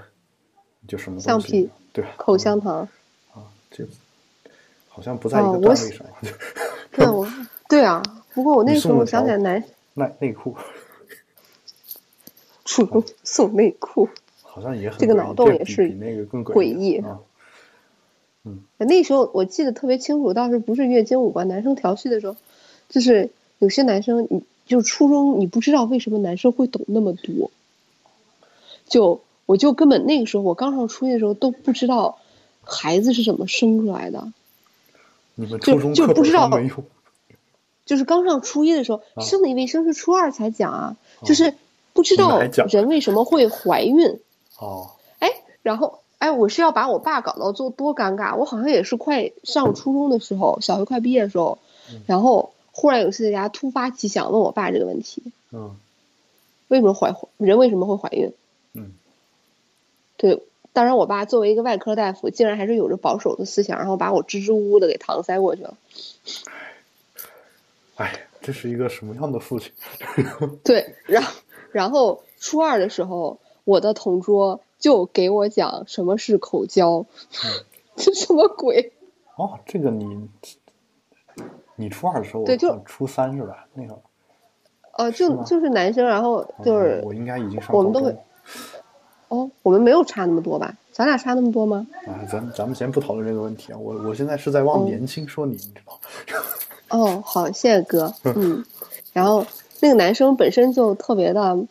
Speaker 1: 就什么东
Speaker 2: 橡
Speaker 1: 西
Speaker 2: 皮，
Speaker 1: 对嗯吧？
Speaker 2: 口香糖？
Speaker 1: 啊，这好像不在一
Speaker 2: 哦
Speaker 1: 个
Speaker 2: 我
Speaker 1: 段位
Speaker 2: 喜
Speaker 1: 上。
Speaker 2: 对啊，我对啊。不过我那时候我想起来男
Speaker 1: 内内裤
Speaker 2: 初中送内裤，
Speaker 1: 好像也很
Speaker 2: 这个
Speaker 1: 诡异
Speaker 2: 脑洞也
Speaker 1: 比
Speaker 2: 是
Speaker 1: 比那个更
Speaker 2: 诡
Speaker 1: 异
Speaker 2: 异
Speaker 1: 啊。
Speaker 2: 那时候我记得特别清楚，当时不是月经舞吧，男生调戏的时候，就是有些男生你就初中你不知道为什么男生会懂那么多，就我就根本那个时候我刚上初一的时候都不知道孩子是怎么生出来的。
Speaker 1: 你们
Speaker 2: 就
Speaker 1: 初中
Speaker 2: 就
Speaker 1: 课
Speaker 2: 不知
Speaker 1: 本
Speaker 2: 道
Speaker 1: 都没有，
Speaker 2: 就是刚上初一的时候，
Speaker 1: 啊
Speaker 2: 生理卫生是初二才讲啊，就
Speaker 1: 哦
Speaker 2: 是不知
Speaker 1: 你们
Speaker 2: 道
Speaker 1: 还讲
Speaker 2: 人为什么会怀孕。
Speaker 1: 哦，
Speaker 2: 哎，然后哎，我是要把我爸搞到多多尴尬。我好像也是快上初中的时候，小学快毕业的时候
Speaker 1: 嗯，
Speaker 2: 然后忽然有一次在家突发奇想问我爸这个问题：
Speaker 1: 嗯
Speaker 2: 为什么怀人为什么会怀孕？
Speaker 1: 嗯
Speaker 2: 对，当然我爸作为一个外科大夫，竟然还是有着保守的思想，然后把我支支吾吾的给搪塞过去了。
Speaker 1: 哎，这是一个什么样的父亲？
Speaker 2: 对，然后然后初二的时候，我的同桌就给我讲什么是口交，
Speaker 1: 嗯
Speaker 2: 这什么鬼？
Speaker 1: 哦，这个你你初二的时候，我
Speaker 2: 对就
Speaker 1: 看初三是吧？那个
Speaker 2: 呃，就
Speaker 1: 吗
Speaker 2: 就是男生，然后就是
Speaker 1: 嗯我应该已经上
Speaker 2: 我们
Speaker 1: 高
Speaker 2: 都
Speaker 1: 中
Speaker 2: 哦，我们没有差那么多吧？咱俩差那么多吗？
Speaker 1: 了啊，咱们咱们先不讨论这个问题啊，我我现在是在往
Speaker 2: 嗯
Speaker 1: 年轻说你，你知道吗？
Speaker 2: 哦，好，谢谢 哥。嗯，然后那个男生本身就特别的，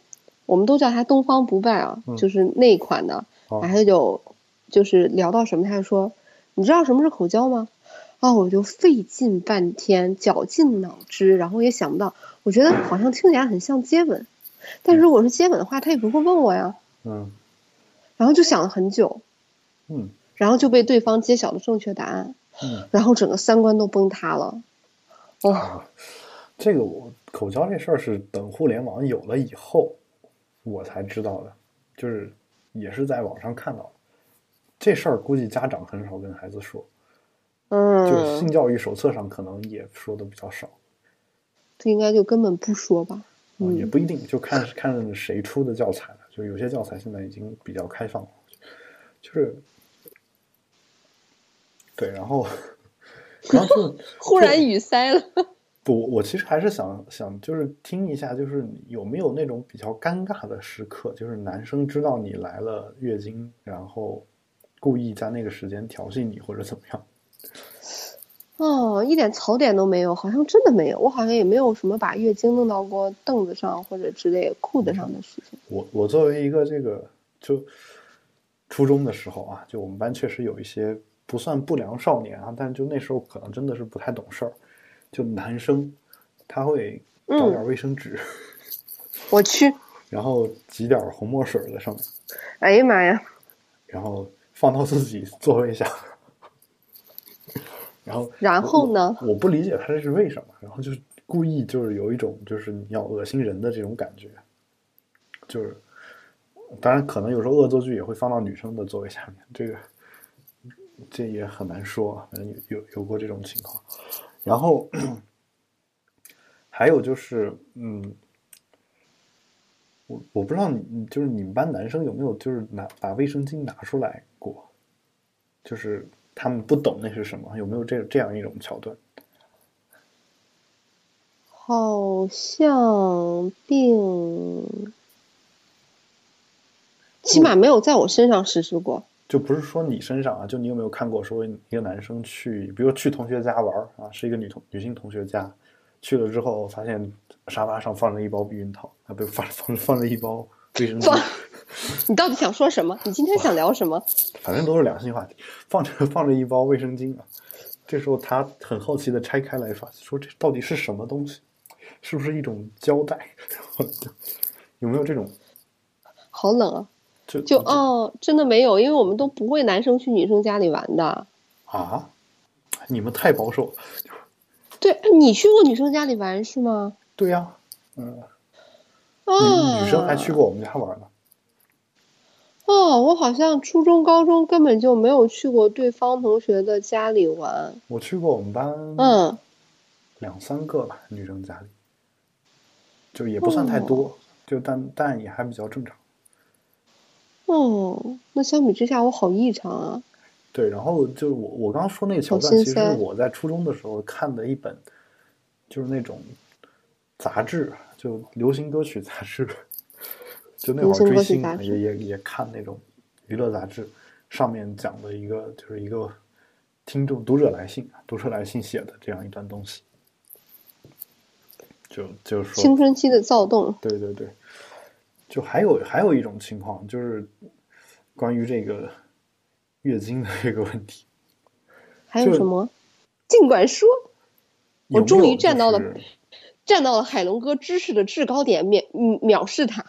Speaker 2: 我们都叫他东方不败啊，
Speaker 1: 嗯
Speaker 2: 就是那一款的。
Speaker 1: 哦
Speaker 2: 然后他就就是聊到什么，他就说：“你知道什么是口交吗？”哦，我就费尽半天，绞尽脑汁，然后也想不到。我觉得好像听起来很像接吻，但是如果是接吻的话，他也不会问我呀。
Speaker 1: 嗯
Speaker 2: 然后就想了很久，
Speaker 1: 嗯
Speaker 2: 然后就被对方揭晓了正确答案，
Speaker 1: 嗯，
Speaker 2: 然后整个三观都崩塌了。哦，
Speaker 1: 啊，这个我口交这事儿是等互联网有了以后，我才知道的，就是也是在网上看到的。这事儿估计家长很少跟孩子说，就是性
Speaker 2: 嗯，
Speaker 1: 教育手册上可能也说的比较少。
Speaker 2: 这应该就根本不说吧。
Speaker 1: 啊，也
Speaker 2: 嗯，
Speaker 1: 不一定，就看看谁出的教材了。就有些教材现在已经比较开放了，就是对，然后 然后 就
Speaker 2: 忽然语塞了。
Speaker 1: 不，我我其实还是想想，就是听一下，就是你有没有那种比较尴尬的时刻，就是男生知道你来了月经，然后故意在那个时间调戏你或者怎么样？
Speaker 2: 哦，一点槽点都没有，好像真的没有。我好像也没有什么把月经弄到过凳子上或者之类裤子上的事情。
Speaker 1: 我我作为一个这个就初中的时候啊，就我们班确实有一些不算不良少年啊，但是就那时候可能真的是不太懂事儿，就男生他会找点卫生纸，
Speaker 2: 我去，
Speaker 1: 然后挤点红墨水在上面，
Speaker 2: 哎呀妈呀！
Speaker 1: 然后放到自己座位下， 然后
Speaker 2: 然后呢？
Speaker 1: 我不理解他这是为什么，然后就故意就是有一种就是你要恶心人的这种感觉，就是当然可能有时候恶作剧也会放到女生的座位下面，这个这也很难说啊，反正有有有过这种情况。然后 还有就是，嗯，我我不知道你你就是你们班男生有没有就是拿把卫生巾拿出来过，就是他们不懂那是什么，有没有这这样一种桥段？
Speaker 2: 好像并起码没有在我身上实施过。
Speaker 1: 就不是说你身上啊，就你有没有看过说一个男生去，比如去同学家玩儿啊，是一个女同女性同学家，去了之后发现沙发上放着一包避孕套啊，不是放放放着一包卫生
Speaker 2: 放
Speaker 1: 巾，
Speaker 2: 你到底想说什么？你今天想聊什么？
Speaker 1: 反正都是两性话题，放着 放着一包卫生巾啊。这时候他很好奇的拆开来发，说这到底是什么东西？是不是一种胶带？然后就有没有这种？
Speaker 2: 好冷啊！
Speaker 1: 就
Speaker 2: 就哦，真的没有，因为我们都不会男生去女生家里玩的。
Speaker 1: 啊，你们太保守了。
Speaker 2: 对，你去过女生家里玩是吗？
Speaker 1: 对呀、嗯，
Speaker 2: 啊，
Speaker 1: 女女生还去过我们家玩呢。
Speaker 2: 哦，我好像初中、高中根本就没有去过对方同学的家里玩。
Speaker 1: 我去过我们班，
Speaker 2: 嗯，
Speaker 1: 两三个吧，女生家里，就也不算太多，就但但也还比较正常。
Speaker 2: 哦，那相比之下，我好异常啊。
Speaker 1: 对，然后就是我我刚刚说那个桥
Speaker 2: 好
Speaker 1: 段，
Speaker 2: 心
Speaker 1: 其实
Speaker 2: 塞
Speaker 1: 我在初中的时候看的一本，就是那种杂志，就流行歌曲杂志， 就那会
Speaker 2: 流
Speaker 1: 儿
Speaker 2: 行歌
Speaker 1: 追
Speaker 2: 曲
Speaker 1: 星
Speaker 2: 杂
Speaker 1: 啊
Speaker 2: 志
Speaker 1: 也也也看那种娱乐杂志，上面讲的一个就是一个听众读者来信，啊读者来信写的这样一段东西，就就是说
Speaker 2: 青春期的躁动，
Speaker 1: 对对对，就还有还有一种情况，就是关于这个月经的这个问题，
Speaker 2: 还有
Speaker 1: 就
Speaker 2: 什么？尽管说，我
Speaker 1: 有没
Speaker 2: 终于
Speaker 1: 有
Speaker 2: 站
Speaker 1: 就
Speaker 2: 到了
Speaker 1: 是
Speaker 2: 站到了海龙哥知识的制高点，藐嗯藐视他。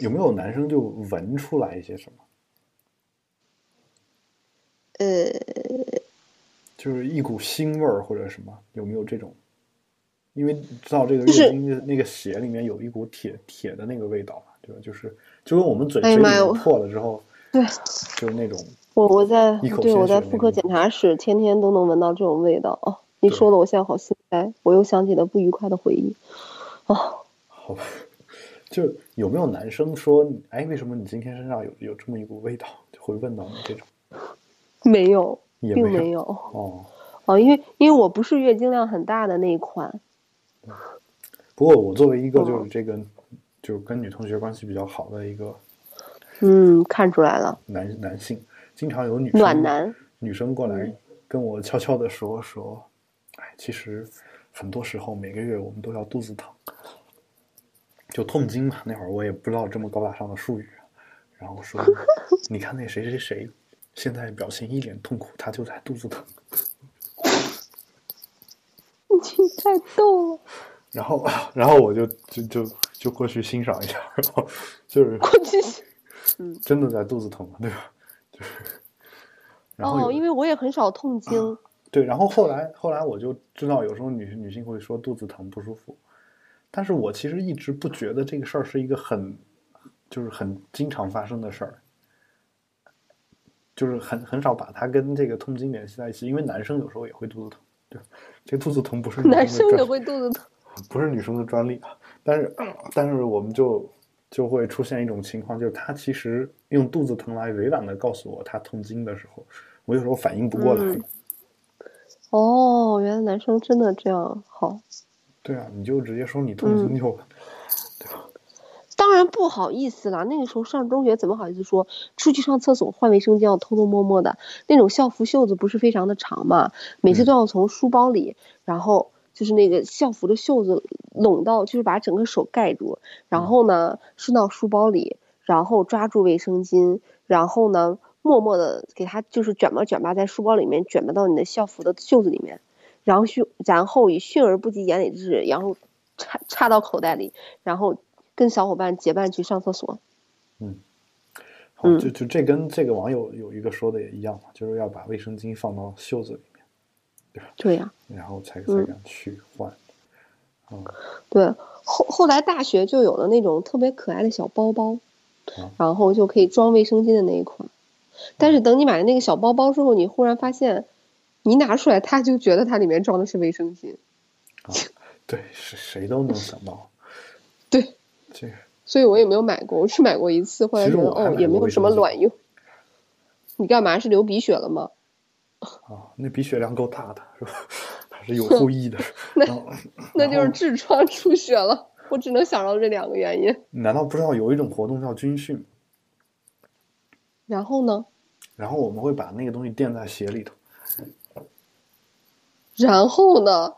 Speaker 1: 有没有男生就闻出来一些什么？
Speaker 2: 呃，
Speaker 1: 就是一股腥味儿或者什么，有没有这种？因为你知道这个
Speaker 2: 就是
Speaker 1: 月经的那个血里面有一股铁铁的那个味道嘛，对吧？就是就跟我们嘴嘴
Speaker 2: 哎呀
Speaker 1: 里
Speaker 2: 妈呀
Speaker 1: 面
Speaker 2: 我
Speaker 1: 破了之后，
Speaker 2: 对，
Speaker 1: 就是那种
Speaker 2: 我我在
Speaker 1: 一口
Speaker 2: 对
Speaker 1: 鲜
Speaker 2: 我在
Speaker 1: 血
Speaker 2: 妇
Speaker 1: 那
Speaker 2: 科
Speaker 1: 种
Speaker 2: 检查室天天都能闻到这种味道哦。你
Speaker 1: 对
Speaker 2: 说的我现在好心塞，我又想起了不愉快的回忆。
Speaker 1: 好吧？就有没有男生说，哎，为什么你今天身上有有这么一股味道？就会问到你这种，
Speaker 2: 没有，
Speaker 1: 也
Speaker 2: 并
Speaker 1: 有
Speaker 2: 没有
Speaker 1: 哦。
Speaker 2: 哦，因为因为我不是月经量很大的那一款，
Speaker 1: 不过我作为一个就
Speaker 2: 哦
Speaker 1: 是这个，就跟女同学关系比较好的一个
Speaker 2: 嗯，看出来了，
Speaker 1: 男男性，经常有女生
Speaker 2: 暖男。
Speaker 1: 女生过来跟我悄悄的说说，哎，其实很多时候每个月我们都要肚子疼，就痛经嘛。那会儿我也不知道这么高大上的术语，啊然后 说，你看那谁谁谁，现在表情一脸痛苦，他就在肚子疼。
Speaker 2: 你太逗了，
Speaker 1: 然后， 然后我就就就就过去欣赏一下，然后就是
Speaker 2: 我真是
Speaker 1: 真的在肚子疼嘛，对吧？就是， 然后有啊
Speaker 2: 哦，因为我也很少痛经，
Speaker 1: 对，然后后来后来我就知道，有时候女女性会说肚子疼不舒服，但是我其实一直不觉得这个事儿是一个很，就是很经常发生的事儿，就是很很少把它跟这个痛经联系在一起，因为男生有时候也会肚子疼，对，这个肚子疼不是女
Speaker 2: 男
Speaker 1: 生
Speaker 2: 生
Speaker 1: 的
Speaker 2: 也
Speaker 1: 专，
Speaker 2: 会肚子疼。
Speaker 1: 不是女生的专利啊，但是但是我们就就会出现一种情况，就是他其实用肚子疼来委婉的告诉我他痛经的时候，我有时候反应不过来。
Speaker 2: 嗯哦，原来男生真的这样好。
Speaker 1: 对啊，你就直接说你痛
Speaker 2: 嗯
Speaker 1: 经就完了
Speaker 2: 当然不好意思啦，那个时候上中学怎么好意思说出去上厕所换卫生间，偷偷摸摸的那种校服袖子不是非常的长嘛，每次都要从书包里，然后就是那个校服的袖子拢到，就是把整个手盖住，然后呢伸到书包里，然后抓住卫生巾，然后呢默默的给它就是卷吧卷吧在书包里面卷吧到你的校服的袖子里面，然后迅然后以迅而不及掩耳之势，然后插插到口袋里，然后跟小伙伴结伴去上厕所。
Speaker 1: 好
Speaker 2: 嗯
Speaker 1: 就就这跟这个网友有一个说的也一样嘛，就是要把卫生巾放到袖子里
Speaker 2: 对呀、
Speaker 1: 面，然后才才
Speaker 2: 嗯
Speaker 1: 敢去换。嗯，
Speaker 2: 对，后后来大学就有了那种特别可爱的小包包
Speaker 1: 啊，
Speaker 2: 然后就可以装卫生巾的那一
Speaker 1: 哦
Speaker 2: 款。但是等你买了那个小包包之后，你忽然发现，你拿出来，他就觉得它里面装的是卫生巾。
Speaker 1: 对，谁谁都能想到
Speaker 2: 对，
Speaker 1: 这个。
Speaker 2: 所以我也没有买过，我只买过一次，后来
Speaker 1: 其
Speaker 2: 觉
Speaker 1: 实
Speaker 2: 得
Speaker 1: 我还买
Speaker 2: 哦
Speaker 1: 过
Speaker 2: 也没有什么
Speaker 1: 卫生巾
Speaker 2: 卵用。 你干嘛是流鼻血 了吗？
Speaker 1: 啊，那比血量够大的是吧？ 还是有后裔的。 然后
Speaker 2: 那就是
Speaker 1: 然后
Speaker 2: 痔疮出血了。我只能想到这两个原因。
Speaker 1: 难道不知道有一种活动叫军训吗？
Speaker 2: 然后呢？
Speaker 1: 然后我们会把那个东西垫在鞋里头，
Speaker 2: 然后呢？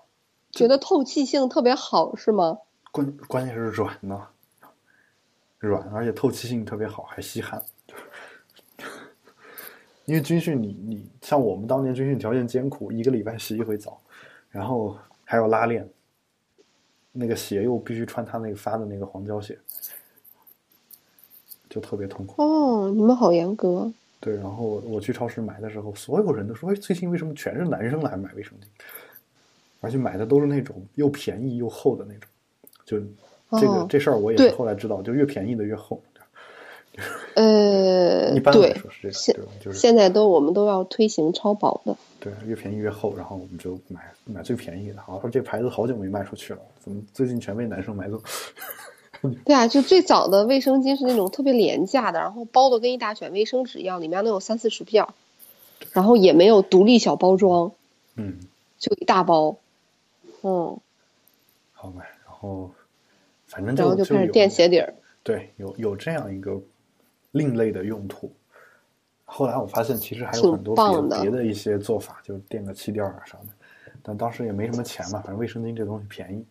Speaker 2: 觉得透气性特别好是吗？
Speaker 1: 关关键是软呢，软，而且透气性特别好，还吸汗。因为军训你，你像我们当年军训条件艰苦，一个礼拜洗一回澡，然后还有拉练，那个鞋又必须穿他那个发的那个黄胶鞋，就特别痛苦。
Speaker 2: 哦，你们好严格。
Speaker 1: 对，然后我我去超市买的时候，所有人都说：“哎，最近为什么全是男生来买卫生巾？而且买的都是那种又便宜又厚的那种。”就这个、
Speaker 2: 哦
Speaker 1: 这事儿，我也
Speaker 2: 对
Speaker 1: 是后来知道，就越便宜的越厚。
Speaker 2: 呃，
Speaker 1: 一般来
Speaker 2: 对，
Speaker 1: 说是这
Speaker 2: 现
Speaker 1: 样，对吧？就是
Speaker 2: 现在都我们都要推行超薄的。
Speaker 1: 对，越便宜越厚，然后我们就买买最便宜的。好像说这牌子好久没卖出去了，怎么最近全被男生买走？
Speaker 2: 对啊，就最早的卫生巾是那种特别廉价的，然后包的跟一大卷卫生纸一样，里面能有三四十片儿，然后也没有独立小包装，
Speaker 1: 嗯，
Speaker 2: 就一大包。嗯，
Speaker 1: 好吧，然后反正就
Speaker 2: 然后就开始
Speaker 1: 有
Speaker 2: 垫鞋底儿。
Speaker 1: 对，有有这样一个另类的用途。后来我发现其实还有
Speaker 2: 挺
Speaker 1: 很多
Speaker 2: 棒
Speaker 1: 别
Speaker 2: 的
Speaker 1: 别的一些做法，就是垫个气垫儿啊啥的。但当时也没什么钱嘛，反正卫生巾这东西便宜，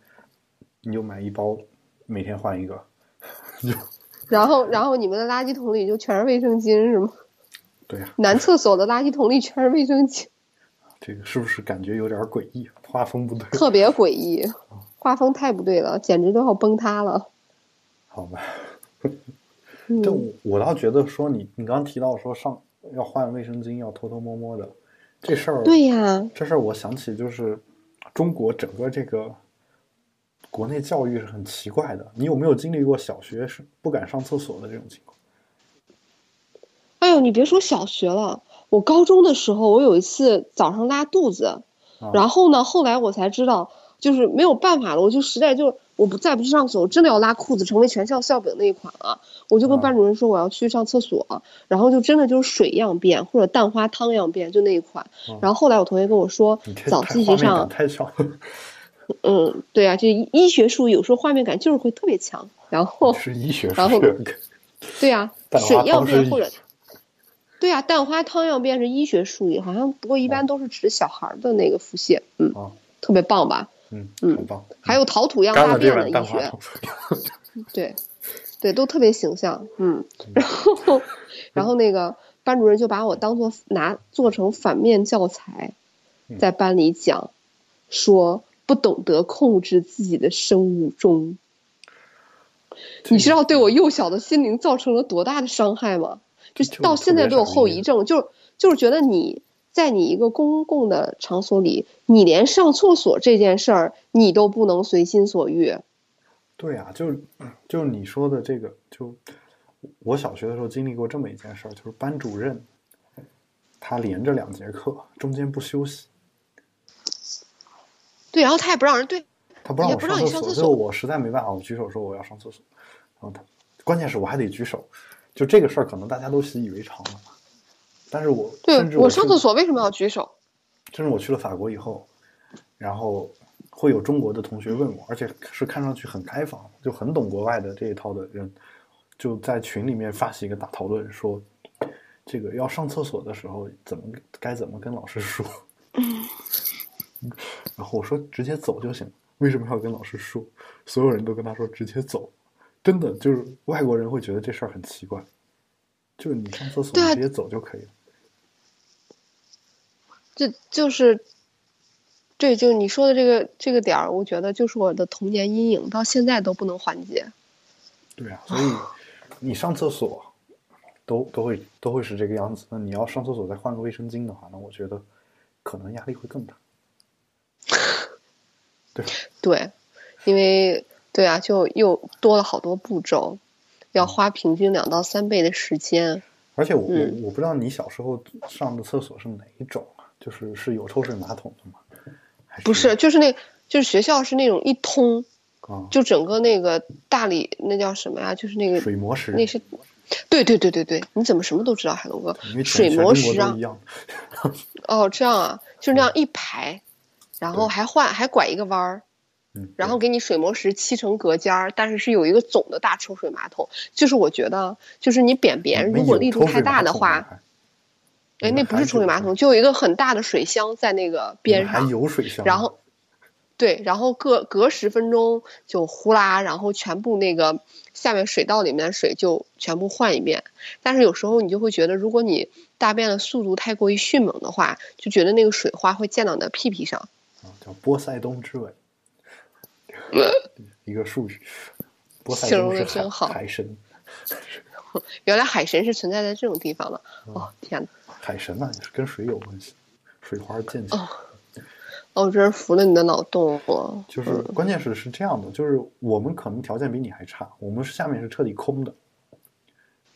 Speaker 1: 你就买一包，每天换一个。
Speaker 2: 然后，然后你们的垃圾桶里就全是卫生巾是吗？
Speaker 1: 对呀、
Speaker 2: 男厕所的垃圾桶里全是卫生巾。
Speaker 1: 这个是不是感觉有点诡异？画风不对，
Speaker 2: 特别诡异，
Speaker 1: 哦
Speaker 2: 画风太不对了，简直都要崩塌了。
Speaker 1: 好吧？但
Speaker 2: 嗯，
Speaker 1: 我我倒觉得说你你刚提到说上要换卫生巾要偷偷摸摸的这事儿，
Speaker 2: 对呀、
Speaker 1: 这事儿我想起就是中国整个这个国内教育是很奇怪的。你有没有经历过小学是不敢上厕所的这种情况？
Speaker 2: 哎呦，你别说小学了，我高中的时候，我有一次早上拉肚子，
Speaker 1: 啊
Speaker 2: 然后呢，后来我才知道，就是没有办法了，我就实在就我不再不去上厕所，我真的要拉裤子，成为全校校本那一款了。我就跟
Speaker 1: 啊
Speaker 2: 班主任说我要去上厕所，然后就真的就是水样便或者蛋花汤样便，就那一款
Speaker 1: 啊。
Speaker 2: 然后后来我同学跟我说
Speaker 1: 你，这
Speaker 2: 早
Speaker 1: 太
Speaker 2: 自
Speaker 1: 画
Speaker 2: 习
Speaker 1: 面感
Speaker 2: 上，
Speaker 1: 太 强，
Speaker 2: 嗯，对啊，就医医学术语有时候画面感就是会特别强。然后，
Speaker 1: 是医学
Speaker 2: 哦然后
Speaker 1: 术语。
Speaker 2: 对啊，
Speaker 1: 蛋
Speaker 2: 水
Speaker 1: 花
Speaker 2: 样
Speaker 1: 汤是
Speaker 2: 便或者。对啊，蛋花汤样便是医学术语，好像不过一
Speaker 1: 哦
Speaker 2: 般都是指小孩儿的那个腹泻，嗯，
Speaker 1: 啊，
Speaker 2: 特别棒吧？
Speaker 1: 嗯，
Speaker 2: 嗯
Speaker 1: 很棒。
Speaker 2: 还有陶土样
Speaker 1: 干
Speaker 2: 大
Speaker 1: 了这
Speaker 2: 便的
Speaker 1: 碗
Speaker 2: 医
Speaker 1: 蛋花
Speaker 2: 学，
Speaker 1: 汤，
Speaker 2: 对，对，都特别形象，嗯，然后，然后那个班主任就把我当做拿做成反面教材，
Speaker 1: 嗯
Speaker 2: 在班里讲，说不懂得控制自己的生物钟， 你知道对我幼小的心灵造成了多大的伤害吗？就
Speaker 1: 这
Speaker 2: 到
Speaker 1: 就
Speaker 2: 现在
Speaker 1: 特别
Speaker 2: 都有
Speaker 1: 傻
Speaker 2: 后
Speaker 1: 逼
Speaker 2: 遗症，就是就是觉得你在你一个公共的场所里，你连上厕所这件事儿你都不能随心所欲，
Speaker 1: 对呀、就是就是你说的这个，就我小学的时候经历过这么一件事儿，就是班主任他连着两节课，中间不休息，
Speaker 2: 对，然后他也不让人对
Speaker 1: 他不让
Speaker 2: 也
Speaker 1: 我
Speaker 2: 不
Speaker 1: 上厕
Speaker 2: 让你
Speaker 1: 所，
Speaker 2: 上厕
Speaker 1: 所以
Speaker 2: 所
Speaker 1: 我实在没办法，我举手说我要上厕所，然后他关键是我还得举手，就这个事儿可能大家都习以为常了，但是我甚至
Speaker 2: 对我上
Speaker 1: 去
Speaker 2: 厕所为什么要举手？
Speaker 1: 甚至我去了法国以后，然后会有中国的同学问我，而且是看上去很开放，就很懂国外的这一套的人，就在群里面发起一个大讨论，说这个要上厕所的时候怎么该怎么跟老师说。
Speaker 2: 嗯
Speaker 1: 然后我说直接走就行了，为什么要跟老师说？所有人都跟他说直接走，真的就是外国人会觉得这事儿很奇怪，就是你上厕所
Speaker 2: 对啊
Speaker 1: 你直接走就可以了。
Speaker 2: 这就是，这就你说的这个这个点儿，我觉得就是我的童年阴影，到现在都不能缓解。
Speaker 1: 对啊，所以你上厕所都都会都会是这个样子。那你要上厕所再换个卫生巾的话，那我觉得可能压力会更大。对吧？
Speaker 2: 对，因为对啊，就又多了好多步骤，要花平均两到三倍的时间。
Speaker 1: 而且我、
Speaker 2: 嗯
Speaker 1: 我我不知道你小时候上的厕所是哪一种啊？就是是有抽水马桶的吗？还
Speaker 2: 不是，就是那，就是学校是那种一通，
Speaker 1: 啊，
Speaker 2: 就整个那个大理那叫什么呀？就是那个
Speaker 1: 水磨石，
Speaker 2: 那是，对对对对对，你怎么什么都知道，海龙哥？
Speaker 1: 因为全
Speaker 2: 水
Speaker 1: 全
Speaker 2: 磨
Speaker 1: 中
Speaker 2: 石
Speaker 1: 国
Speaker 2: 啊
Speaker 1: 都一，样。
Speaker 2: 哦，这样啊，就那样一排，然后
Speaker 1: 对
Speaker 2: 还换还拐一个弯儿，
Speaker 1: 嗯，
Speaker 2: 然后给你水磨石砌成隔间儿，但是是有一个总的大抽水马桶。就是我觉得，就是你扁别人，
Speaker 1: 你们
Speaker 2: 如果
Speaker 1: 有
Speaker 2: 力度
Speaker 1: 抽
Speaker 2: 太
Speaker 1: 水
Speaker 2: 大
Speaker 1: 马
Speaker 2: 的
Speaker 1: 桶
Speaker 2: 话，
Speaker 1: 吗，
Speaker 2: 哎，那不
Speaker 1: 还
Speaker 2: 是抽水
Speaker 1: 有
Speaker 2: 马
Speaker 1: 水
Speaker 2: 桶，就有一个很大的水箱在那个边
Speaker 1: 还
Speaker 2: 上，
Speaker 1: 有水箱，
Speaker 2: 然后。对，然后隔隔十分钟就呼啦，然后全部那个下面水道里面的水就全部换一遍。但是有时候你就会觉得，如果你大便的速度太过于迅猛的话，就觉得那个水花会溅到你的屁屁上。
Speaker 1: 啊，叫波塞冬之吻，
Speaker 2: 呃
Speaker 1: 一个术语。 波塞
Speaker 2: 形
Speaker 1: 冬
Speaker 2: 容
Speaker 1: 是
Speaker 2: 得真
Speaker 1: 海
Speaker 2: 好
Speaker 1: 海神，
Speaker 2: 原来海神是存在在这种地方的。
Speaker 1: 嗯
Speaker 2: 哦天哪！
Speaker 1: 海神呐、也是跟水有关系，水花溅起。
Speaker 2: 哦哦，我真是服了你的脑洞哦嗯了。
Speaker 1: 就是关键是是这样的，就是我们可能条件比你还差，我们是下面是彻底空的，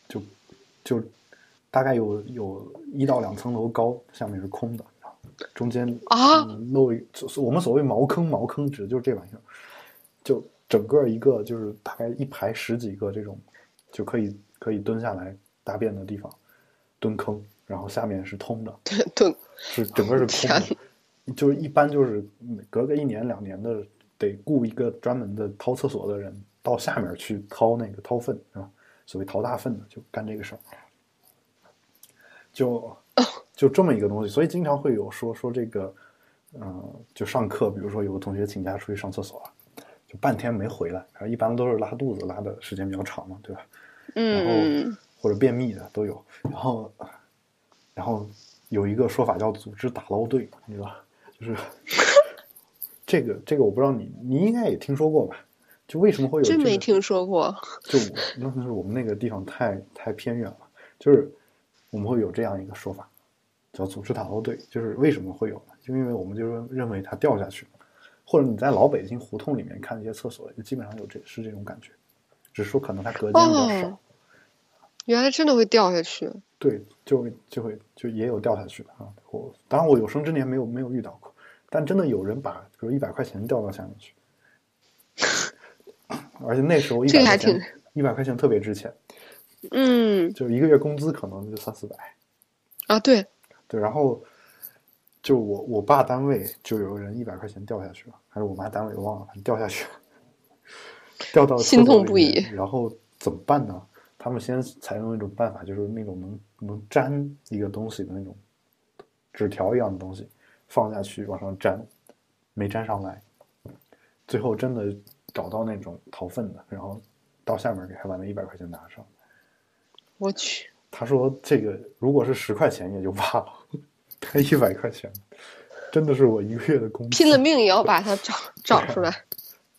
Speaker 1: 就就大概有有一到两层楼高，下面是空的，中间
Speaker 2: 啊
Speaker 1: 嗯露一，就是我们所谓茅坑，茅坑指的就是这玩意儿，就整个一个就是大概一排十几个这种，就可以可以蹲下来大便的地方，蹲坑，然后下面是通的，
Speaker 2: 对对，
Speaker 1: 是整个是空
Speaker 2: 天
Speaker 1: 的， 就是一般就是嗯隔个一年两年的得雇一个专门的掏厕所的人到下面去掏那个掏粪是吧？所谓掏大粪的就干这个事儿，就 就这么一个东西，所以经常会有说说这个，嗯、就上课，比如说有个同学请假出去上厕所了，就半天没回来，然后一般都是拉肚子拉的时间比较长嘛，对吧？然
Speaker 2: 嗯，
Speaker 1: 后或者便秘的都有，然后然后有一个说法叫“组织打捞队”，你知道吧，就是 这个这个我不知道你你应该也听说过吧？就为什么会有、这
Speaker 2: 真
Speaker 1: 个、
Speaker 2: 没听说过。
Speaker 1: 就我那是我们那个地方太太偏远了，就是我们会有这样一个说法，叫组织打捞队。就是为什么会有呢？就因为我们就是认为它掉下去了，或者你在老北京胡同里面看一些厕所，就基本上有这是这种感觉，只是说可能它隔间比较少。
Speaker 2: 哦，原来真的会掉下去。
Speaker 1: 对，就会就会就也有掉下去的啊。我当然我有生之年没有没有遇到过，但真的有人把比如一百块钱掉到下面 去，而且那时候一
Speaker 2: 这
Speaker 1: 百
Speaker 2: 个还
Speaker 1: 块钱
Speaker 2: 挺
Speaker 1: 一百块钱特别值钱，
Speaker 2: 嗯
Speaker 1: 就是一个月工资可能就三四百。
Speaker 2: 啊，对，
Speaker 1: 对，然后就我我爸单位就有人一百块钱掉下去了，还是我妈单位我忘了，反正掉下去了，掉到厕
Speaker 2: 心
Speaker 1: 所
Speaker 2: 痛
Speaker 1: 里
Speaker 2: 不已
Speaker 1: 面然后怎么办呢？他们先采用一种办法，就是那种能能粘一个东西的那种纸条一样的东西，放下去往上粘，没粘上来，最后真的找到那种掏粪的，然后到下面给他把那一百块钱拿上。
Speaker 2: 我去，
Speaker 1: 他说这个如果是十块钱也就罢了，他一百块钱，真的是我一个月的工资
Speaker 2: 拼了命也要把它找找出来。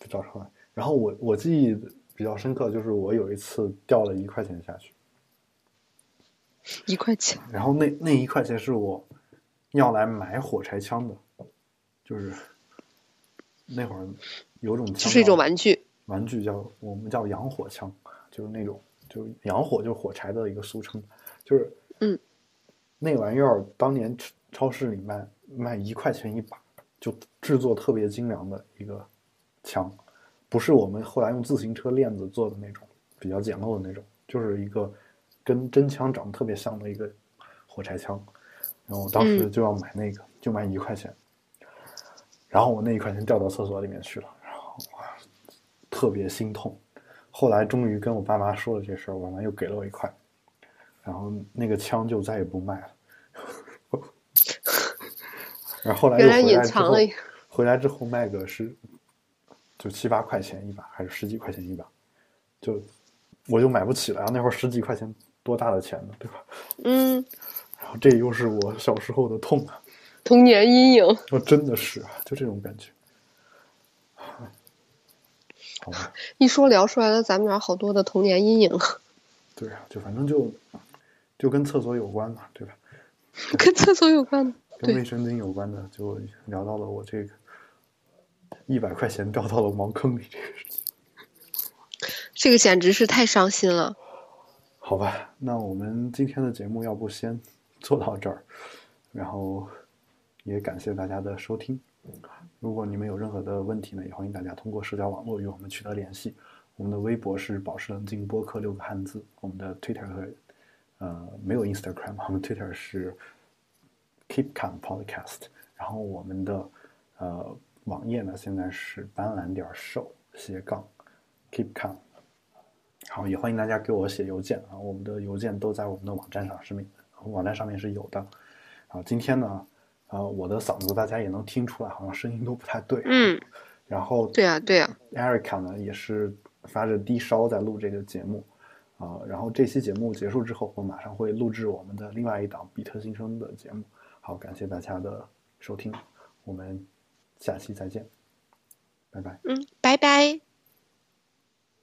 Speaker 1: 就找上来。然后我我记忆比较深刻，就是我有一次掉了一块钱下去，
Speaker 2: 一块钱，
Speaker 1: 然后那那一块钱是我要来买火柴枪的，就是那会儿有种枪
Speaker 2: 就是一
Speaker 1: 叫
Speaker 2: 种玩具。
Speaker 1: 玩具叫我们叫洋火枪，就是那种就是洋火就是火柴的一个俗称，就是
Speaker 2: 嗯，
Speaker 1: 那玩意儿当年超超市里卖卖一块钱一把，就制作特别精良的一个枪，不是我们后来用自行车链子做的那种比较简陋的那种，就是一个跟真枪长得特别像的一个火柴枪，然后我当时
Speaker 2: 嗯
Speaker 1: 就要买那个，就买一块钱，然后我那一块钱掉到厕所里面去了，然后哇特别心痛。后来终于跟我爸妈说了这事儿，我妈又给了我一块，然后那个枪就再也不卖了。然后后来又
Speaker 2: 原来
Speaker 1: 回
Speaker 2: 隐
Speaker 1: 来之
Speaker 2: 藏
Speaker 1: 后
Speaker 2: 了，
Speaker 1: 回来之后卖个十，就七八块钱一把，还是十几块钱一把，就我就买不起了。然后那会儿十几块钱多大的钱呢，对吧？
Speaker 2: 嗯，
Speaker 1: 然后这又是我小时候的痛啊！
Speaker 2: 童年阴影。
Speaker 1: 我真的是啊，就这种感觉。好吧，
Speaker 2: 一说聊出来了，咱们俩好多的童年阴影啊，
Speaker 1: 对啊，就反正就就跟厕所有关嘛，对吧？
Speaker 2: 跟厕所有关的。
Speaker 1: 跟
Speaker 2: 对
Speaker 1: 卫生巾有关的，就聊到了我这个一百块钱掉到了茅坑里这个事情。
Speaker 2: 这个简直是太伤心了。
Speaker 1: 好吧，那我们今天的节目要不先做到这儿，然后也感谢大家的收听。如果你们有任何的问题呢，也欢迎大家通过社交网络与我们取得联系。我们的微博是保持冷静播客六个汉字，我们的 Twitter 和呃没有 Instagram，我们 Twitter 是 Keep Calm Podcast，然后我们的呃网页呢现在是斑斓点 show 斜杠 Keep Calm。好，也欢迎大家给我写邮件啊，我们的邮件都在我们的网站上是没，呃网站上面是有的。啊，今天呢，呃，我的嗓子大家也能听出来，好像声音都不太对。。啊
Speaker 2: 嗯，
Speaker 1: 然后
Speaker 2: 对啊，对啊，
Speaker 1: Erica 呢也是发着低烧在录这个节目，啊、然后这期节目结束之后，我马上会录制我们的另外一档比特新生的节目。好，感谢大家的收听，我们下期再见，拜拜。
Speaker 2: 嗯，拜拜。